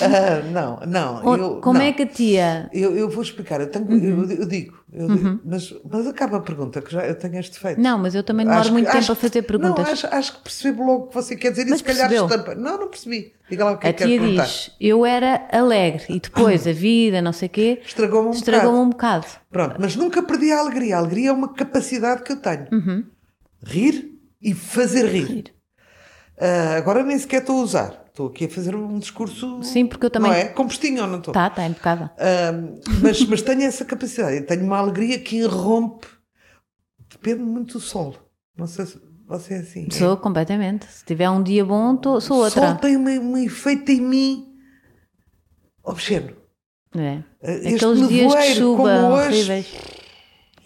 Speaker 2: Ah, não, não.
Speaker 1: Ou-
Speaker 2: eu,
Speaker 1: Como
Speaker 2: não.
Speaker 1: é que Uhum. a tia.
Speaker 2: Eu, eu vou explicar, eu, tenho, eu, eu digo, eu digo, mas, mas acaba a pergunta, que já eu tenho este feito.
Speaker 1: Não, mas eu também demoro
Speaker 2: Acho que-
Speaker 1: muito tempo
Speaker 2: acho
Speaker 1: a fazer
Speaker 2: que-
Speaker 1: perguntas.
Speaker 2: Não, acho, acho que percebo logo o que você quer dizer
Speaker 1: Mas
Speaker 2: e se calhar
Speaker 1: percebeu?
Speaker 2: estampa. Não, não percebi. Diga lá o que
Speaker 1: a
Speaker 2: é que quer
Speaker 1: tia
Speaker 2: perguntar.
Speaker 1: diz: Eu era alegre e depois a vida, não sei o quê,
Speaker 2: Estragou-me um
Speaker 1: estragou-me um bocado.
Speaker 2: Pronto, mas nunca perdi a alegria. A alegria é uma capacidade que eu tenho. Rir e fazer rir.
Speaker 1: Uhum. Rir.
Speaker 2: Ah, agora nem sequer estou a usar. Estou aqui a fazer um discurso.
Speaker 1: Sim, porque eu também-
Speaker 2: Não é? Compostinho ou não estou?
Speaker 1: Tá, tá impecável.
Speaker 2: Ah, mas, mas tenho essa capacidade. Eu tenho uma alegria que irrompe. Depende muito do sol. Não sei se você é assim.
Speaker 1: Sou completamente. Se tiver um dia bom, tô- sou
Speaker 2: o sol
Speaker 1: outra.
Speaker 2: tem uma- um efeito em mim obsceno.
Speaker 1: É.
Speaker 2: Ah, este
Speaker 1: Aqueles dias de
Speaker 2: nevoeiro,
Speaker 1: chuva
Speaker 2: como hoje,
Speaker 1: horríveis.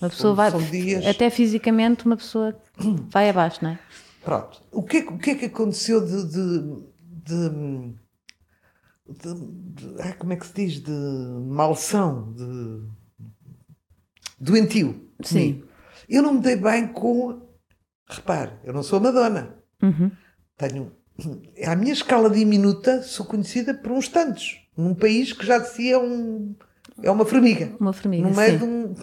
Speaker 1: Uma pessoa vai.
Speaker 2: são dias-
Speaker 1: Até fisicamente, uma pessoa vai abaixo, não é?
Speaker 2: Pronto. O que é, que- o que, é que aconteceu de. de, de- de- de- ai, como é que se diz? De malção, de. doentio.
Speaker 1: Sim.
Speaker 2: comigo? Eu não me dei bem com. Repare, eu não sou Madonna. Tenho. À minha escala diminuta, sou conhecida por uns tantos. Num país que já de si é um. é uma formiga
Speaker 1: Uma formiga.
Speaker 2: no meio
Speaker 1: sim.
Speaker 2: de um.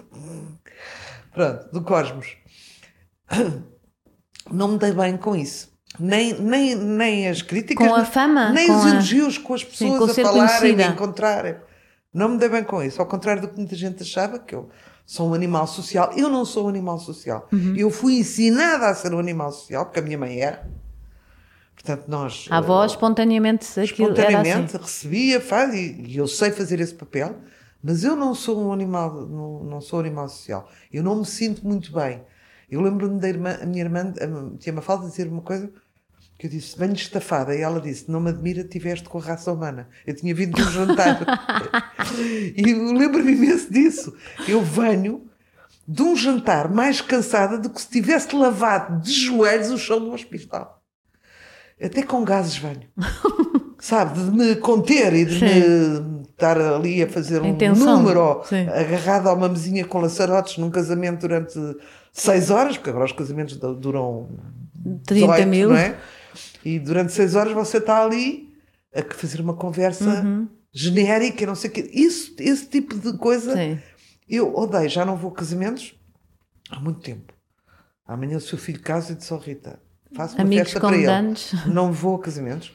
Speaker 2: Pronto, do cosmos. Não me dei bem com isso. Nem, nem, nem as críticas.
Speaker 1: Com a
Speaker 2: nem-
Speaker 1: fama,
Speaker 2: Nem
Speaker 1: com
Speaker 2: os
Speaker 1: a-
Speaker 2: elogios com as
Speaker 1: com
Speaker 2: pessoas
Speaker 1: ser
Speaker 2: a falarem, a
Speaker 1: conhecida.
Speaker 2: encontrarem. Não me dei bem com isso. Ao contrário do que muita gente achava, que eu sou um animal social. Eu não sou um animal social.
Speaker 1: Uhum.
Speaker 2: Eu fui ensinada a ser um animal social, porque a minha mãe era. Portanto, nós.
Speaker 1: A avó espontaneamente aquilo era assim.
Speaker 2: espontaneamente recebia faz e, e eu sei fazer esse papel mas eu não sou um animal não, não sou um animal social eu não me sinto muito bem eu lembro-me da irmã, a minha irmã a, tinha uma falta de dizer uma coisa que eu disse, venho estafada. E ela disse, não me admira que tiveste com a raça humana. Eu tinha vindo de um jantar. e eu lembro-me imenso disso. Eu venho de um jantar mais cansada do que se tivesse lavado de joelhos o chão do hospital. Até com gases venho. Sabe, de me conter e de me estar ali a fazer um
Speaker 1: Intenção.
Speaker 2: número ou
Speaker 1: Sim.
Speaker 2: agarrado a uma mesinha com laçarotes num casamento durante seis horas, porque agora os casamentos duram
Speaker 1: 30
Speaker 2: 18,
Speaker 1: assim. mil.
Speaker 2: não é? E durante seis horas você está ali a que fazer uma conversa
Speaker 1: Uhum.
Speaker 2: genérica, não sei o quê. Isso, esse tipo de coisa
Speaker 1: Sim.
Speaker 2: eu odeio. Já não vou a casamentos há muito tempo. Amanhã o seu filho casa e disse ao Rita, faço uma
Speaker 1: Amigos
Speaker 2: festa para ele.
Speaker 1: convidados.
Speaker 2: Não vou a casamentos.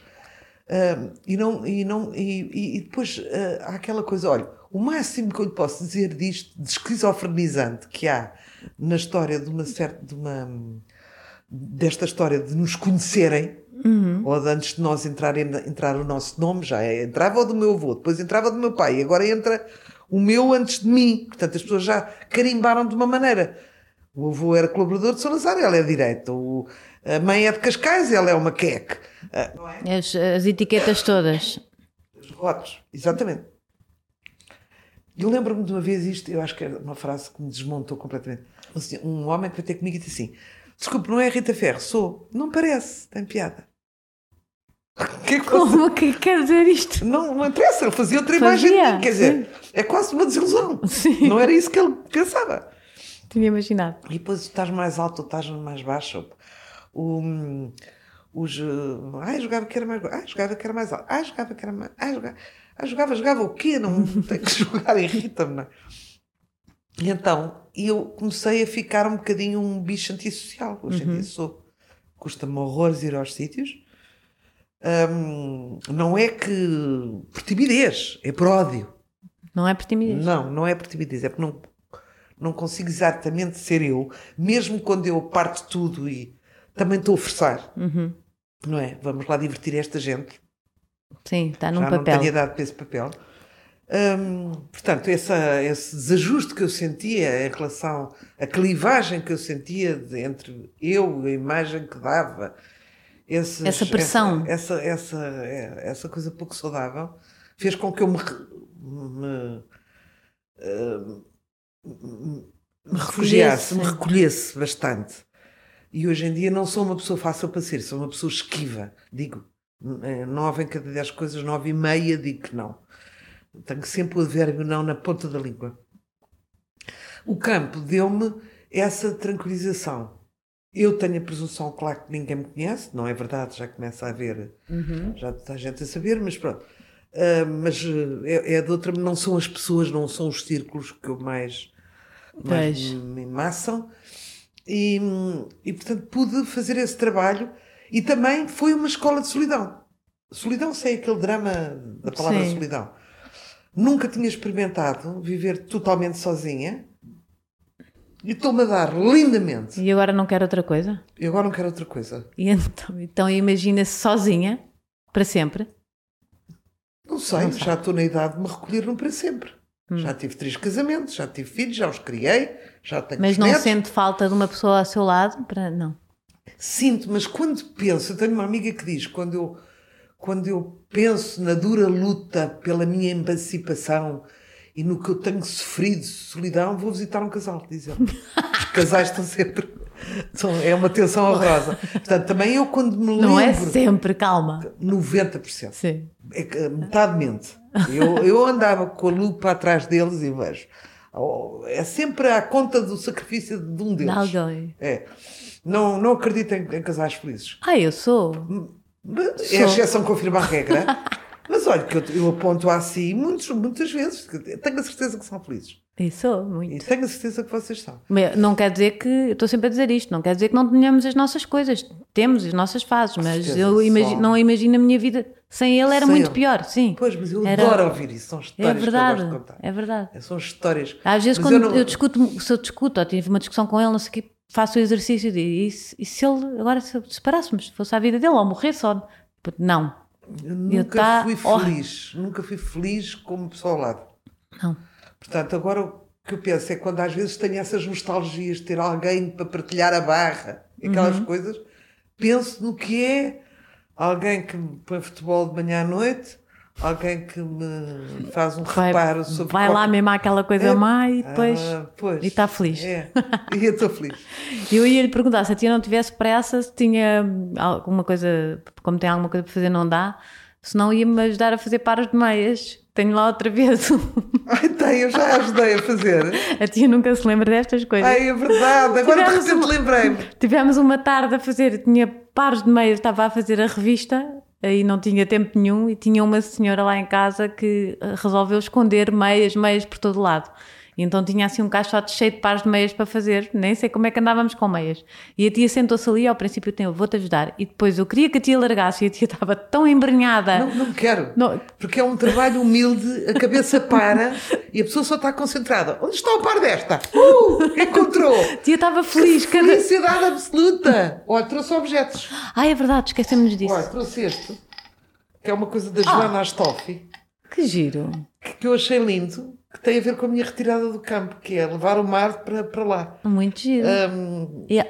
Speaker 2: Ah, e, não, e, não, e, e- e depois ah, há aquela coisa, olha, o máximo que eu lhe posso dizer disto, de esquizofrenizante que há na história de uma certa, de uma, desta história de nos conhecerem, ou de antes de nós entrar, entrar o nosso nome, já é, entrava o do meu avô, depois entrava o do meu pai, e agora entra o meu antes de mim. Portanto, as pessoas já carimbaram de uma maneira. O avô era colaborador de Salazar, ela é direita. O- a mãe é de Cascais, ela é uma queque. Ah, não é?
Speaker 1: As, as etiquetas todas.
Speaker 2: Os votos, exatamente. Eu lembro-me de uma vez isto, eu acho que era uma frase que me desmontou completamente. Um senhor- Um homem que veio ter comigo e disse assim: Desculpe, não é Rita Ferro, sou. Não parece, tem piada. O que é que você-
Speaker 1: Como que quer dizer isto?
Speaker 2: Não, não interessa, ele fazia outra imagem de
Speaker 1: Fazia,
Speaker 2: mim, quer dizer, é quase uma desilusão.
Speaker 1: Sim.
Speaker 2: Não era isso que ele pensava.
Speaker 1: Tinha imaginado.
Speaker 2: E depois estás mais alto ou estás mais baixo. O, os, eh, ai, jogava que era mais baixo. Ai, jogava que era mais alto. Ai, jogava que era mais. Ai, jogava, ai, jogava, jogava o quê? Não tem que jogar, irrita-me. não é? E então, eu comecei a ficar um bocadinho um bicho antissocial. Hoje em dia sou. Custa-me horrores ir aos sítios. Hum, não é que por timidez, é por ódio.
Speaker 1: Não é por timidez.
Speaker 2: Não, não é por timidez, é porque não, não consigo exatamente ser eu, mesmo quando eu parto tudo e também estou a forçar,
Speaker 1: Uhum.
Speaker 2: não é? Vamos lá divertir esta gente.
Speaker 1: Sim, está num
Speaker 2: Já
Speaker 1: papel.
Speaker 2: não tenho idade para esse papel. Hum, portanto, essa- esse desajuste que eu sentia em relação à clivagem que eu sentia de- entre eu e a imagem que dava, esses-
Speaker 1: Essa pressão.
Speaker 2: essa, essa, essa, essa coisa pouco saudável, fez com que eu me, re- me, hum, me refugiasse, me
Speaker 1: Recolhesse.
Speaker 2: recolhesse bastante. E hoje em dia não sou uma pessoa fácil para ser, sou uma pessoa esquiva. Digo, eh, nove em cada dez coisas, nove e meia, digo que não. Tenho sempre o advérbio não na ponta da língua. O campo deu-me essa tranquilização. Eu tenho a presunção, claro, que ninguém me conhece, não é verdade, já começa a haver, já está a gente a saber, mas pronto. Ah, mas eh, é, é de outra, não são as pessoas, não são os círculos que eu mais, mais
Speaker 1: Pois.
Speaker 2: me massam. E, e, portanto pude fazer esse trabalho e também foi uma escola de solidão. Solidão sem aquele drama da palavra
Speaker 1: Sim.
Speaker 2: solidão. Nunca tinha experimentado viver totalmente sozinha e estou-me a dar lindamente.
Speaker 1: E agora não quero outra coisa?
Speaker 2: E agora não quero outra coisa.
Speaker 1: E então, então imagina-se sozinha, para sempre.
Speaker 2: Não sei, já estou na idade de me recolher num para sempre.
Speaker 1: Hum.
Speaker 2: Já tive três casamentos, já tive filhos, já os criei, já tenho
Speaker 1: Mas
Speaker 2: os
Speaker 1: não
Speaker 2: netos.
Speaker 1: sente falta de uma pessoa ao seu lado? Para... Não.
Speaker 2: Sinto, mas quando penso, eu tenho uma amiga que diz, quando eu, quando eu penso na dura luta pela minha emancipação e no que eu tenho sofrido, de solidão, vou visitar um casal, diz ela. Os casais estão sempre. são- é uma tensão horrorosa. Portanto, também eu quando me lembro.
Speaker 1: Não é sempre, calma.
Speaker 2: 90%.
Speaker 1: Sim.
Speaker 2: É que metade mente. Eu, eu andava com a lupa atrás deles e vejo. Oh, É sempre à conta do sacrifício de um
Speaker 1: Dá
Speaker 2: deles.
Speaker 1: alguém.
Speaker 2: É. Não, não acredito em, em casais felizes.
Speaker 1: Ah, eu sou.
Speaker 2: Mas É a exceção que confirma a regra. Mas olha, que eu, eu aponto assim muitos, muitas vezes. que Tenho a certeza que são felizes.
Speaker 1: Eu sou, muito.
Speaker 2: E tenho a certeza que vocês são.
Speaker 1: Mas Não quer dizer que, eu estou sempre a dizer isto, não quer dizer que não tenhamos as nossas coisas, temos as nossas fases, mas
Speaker 2: certeza,
Speaker 1: eu imagi-
Speaker 2: só-
Speaker 1: não imagino a minha vida sem ele, era
Speaker 2: Sem
Speaker 1: muito
Speaker 2: ele.
Speaker 1: pior, sim.
Speaker 2: Pois, mas eu
Speaker 1: Era-
Speaker 2: adoro ouvir isso. São
Speaker 1: É
Speaker 2: histórias
Speaker 1: verdade,
Speaker 2: que eu gosto de contar.
Speaker 1: é verdade.
Speaker 2: São histórias.
Speaker 1: Às vezes,
Speaker 2: Mas
Speaker 1: quando eu,
Speaker 2: não-
Speaker 1: discuto, se eu discuto ou tive uma discussão com ele, não sei o quê, faço o exercício e digo, e se, e se ele, agora se separássemos, fosse a vida dele ou morresse, ou... Tipo, não,
Speaker 2: Eu nunca
Speaker 1: tá-
Speaker 2: fui
Speaker 1: Oh.
Speaker 2: feliz. Nunca fui feliz como pessoa ao lado.
Speaker 1: não.
Speaker 2: Portanto, agora o que eu penso é quando às vezes tenho essas nostalgias de ter alguém para partilhar a barra, aquelas
Speaker 1: Uhum.
Speaker 2: coisas, penso no que é alguém que me põe futebol de manhã à noite, alguém que me faz um
Speaker 1: Vai,
Speaker 2: reparo sobre
Speaker 1: vai lá
Speaker 2: qualquer-
Speaker 1: mesmo aquela coisa má e depois...
Speaker 2: Ah, pois.
Speaker 1: e está feliz.
Speaker 2: É. E eu estou feliz.
Speaker 1: Eu ia lhe perguntar se a tia não tivesse pressa, se tinha alguma coisa, como tem alguma coisa para fazer, não dá, se não ia-me ajudar a fazer paros de meias. Tenho lá outra vez. um.
Speaker 2: Ai, tem, eu já ajudei a fazer.
Speaker 1: A tia nunca se lembra destas coisas.
Speaker 2: Ai, é verdade. Agora de
Speaker 1: Tivemos
Speaker 2: repente
Speaker 1: uma-
Speaker 2: lembrei-me.
Speaker 1: Tivemos uma tarde a fazer, tinha pares de meias, estava a fazer a revista e não tinha tempo nenhum e tinha uma senhora lá em casa que eh, resolveu esconder meias, meias por todo lado. E então tinha assim um caixote cheio de pares de meias para fazer, nem sei como é que andávamos com meias. E a tia sentou-se ali ao princípio tem, eu vou-te ajudar. E depois eu queria que a tia largasse e a tia estava tão embrenhada.
Speaker 2: Não, não quero.
Speaker 1: Não.
Speaker 2: Porque é um trabalho humilde, a cabeça para e a pessoa só está concentrada. Onde está o par desta? Uh, encontrou!
Speaker 1: A tia estava feliz. Cada...
Speaker 2: Felicidade absoluta! Ó, trouxe objetos.
Speaker 1: Ah, é verdade, esquecemos disso.
Speaker 2: Ó, trouxe este, que é uma coisa
Speaker 1: Ah.
Speaker 2: da Joana Astolfi,
Speaker 1: Que giro.
Speaker 2: que, que eu achei lindo, que tem a ver com a minha retirada do campo, que é levar o mar para, para lá.
Speaker 1: Muito giro.
Speaker 2: Hum,
Speaker 1: E a-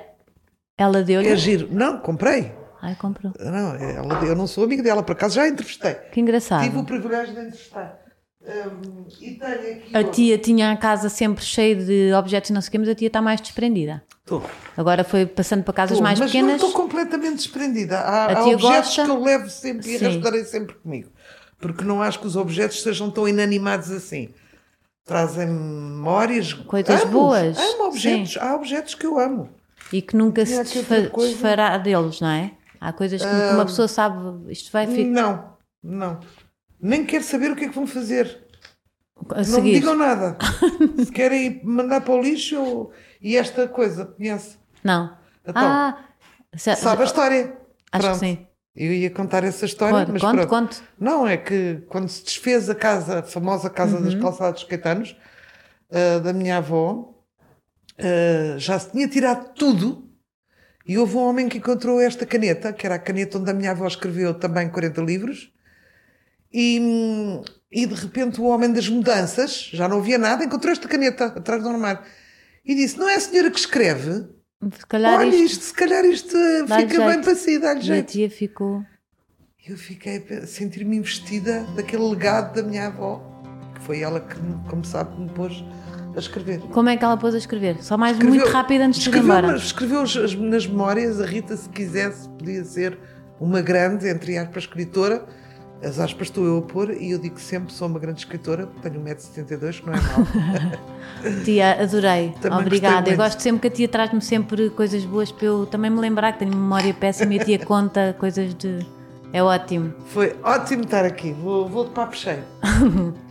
Speaker 1: ela deu-lhe.
Speaker 2: é giro. Não, comprei.
Speaker 1: Ai, comprou.
Speaker 2: Não, é, ela- eu não sou amiga dela, por acaso já a entrevistei.
Speaker 1: Que engraçado.
Speaker 2: Tive um o privilégio de entrevistar. Hum, e tenho aqui.
Speaker 1: A tia tinha a casa sempre cheia de objetos e não sei o quê, mas a tia está mais desprendida.
Speaker 2: Estou.
Speaker 1: Agora foi passando para casas mais
Speaker 2: mas
Speaker 1: pequenas.
Speaker 2: não estou completamente desprendida.
Speaker 1: A
Speaker 2: Há, há
Speaker 1: tia
Speaker 2: objetos
Speaker 1: gosta?
Speaker 2: que eu levo sempre e
Speaker 1: Sim.
Speaker 2: arrastarei sempre comigo. Porque não acho que os objetos sejam tão inanimados assim. Trazem memórias.
Speaker 1: Coisas
Speaker 2: Amo-os.
Speaker 1: boas,
Speaker 2: Amo objetos. Há objetos que eu amo.
Speaker 1: E que nunca se
Speaker 2: Tinha aqui
Speaker 1: desfa-
Speaker 2: outra tipo coisa. Ah,
Speaker 1: desfará deles, não é? Há coisas que que uma pessoa
Speaker 2: hum,
Speaker 1: sabe, isto vai ficar.
Speaker 2: Não, não. Nem quero saber o que é que vão fazer.
Speaker 1: A
Speaker 2: Não me
Speaker 1: seguir.
Speaker 2: digam nada. Se querem mandar para o lixo eu- e esta coisa, conhece?
Speaker 1: Não.
Speaker 2: Então,
Speaker 1: ah, se-
Speaker 2: Sabe a história.
Speaker 1: acho
Speaker 2: Pronto.
Speaker 1: que sim.
Speaker 2: Eu ia contar essa história,
Speaker 1: Pode,
Speaker 2: mas
Speaker 1: conte,
Speaker 2: pronto.
Speaker 1: conte.
Speaker 2: Não, é que quando se desfez a casa, a famosa casa dos calçados caetanos, ah, da minha avó, ah, já se tinha tirado tudo e houve um homem que encontrou esta caneta, que era a caneta onde a minha avó escreveu também 40 livros, e, e de repente o homem das mudanças, já não havia nada, encontrou esta caneta atrás do armário e disse, não é a senhora que escreve?
Speaker 1: Se calhar
Speaker 2: Olha
Speaker 1: isto,
Speaker 2: isto, se calhar isto ah,
Speaker 1: Dá-lhe
Speaker 2: fica bem
Speaker 1: jeito.
Speaker 2: para si, dá-lhe
Speaker 1: minha
Speaker 2: jeito.
Speaker 1: tia ficou.
Speaker 2: Eu fiquei a pe- sentir-me investida daquele legado da minha avó, que foi ela que, me- como sabe, me pôs a escrever.
Speaker 1: Como é que ela pôs a escrever? Só mais
Speaker 2: Escreveu-
Speaker 1: muito rápido antes de ir
Speaker 2: escreveu,
Speaker 1: embora.
Speaker 2: nas- Escreveu as- as- nas memórias, a Rita, se quisesse, podia ser uma grande, entre aspas, escritora. As aspas estou eu a pôr e eu digo sempre sou uma grande escritora, tenho 1,72m, que não é mal.
Speaker 1: Tia, adorei. Obrigada.
Speaker 2: Também gostei
Speaker 1: Eu
Speaker 2: muito.
Speaker 1: gosto sempre que a tia traz-me sempre coisas boas para eu também me lembrar que tenho memória péssima e a tia conta coisas de. É ótimo.
Speaker 2: Foi ótimo estar aqui, vou, vou de papo cheio.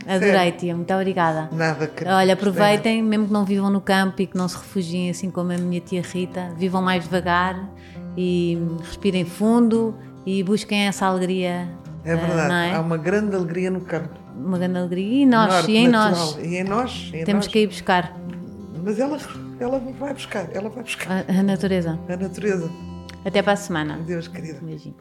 Speaker 1: Adorei, tia. Muito obrigada.
Speaker 2: Nada que.
Speaker 1: Olha, aproveitem, mesmo que não vivam no campo e que não se refugiem assim como a minha tia Rita, vivam mais devagar e respirem fundo e busquem essa alegria.
Speaker 2: É
Speaker 1: eh,
Speaker 2: verdade,
Speaker 1: não é?
Speaker 2: há uma grande alegria no campo.
Speaker 1: Uma grande alegria. E nós,
Speaker 2: Norte,
Speaker 1: e em
Speaker 2: natural.
Speaker 1: nós.
Speaker 2: E em nós. e em
Speaker 1: Temos
Speaker 2: nós.
Speaker 1: que ir buscar
Speaker 2: Mas ela, ela vai buscar, ela vai buscar
Speaker 1: a, a natureza.
Speaker 2: a natureza.
Speaker 1: Até para a semana.
Speaker 2: Deus querida.
Speaker 1: Beijinho.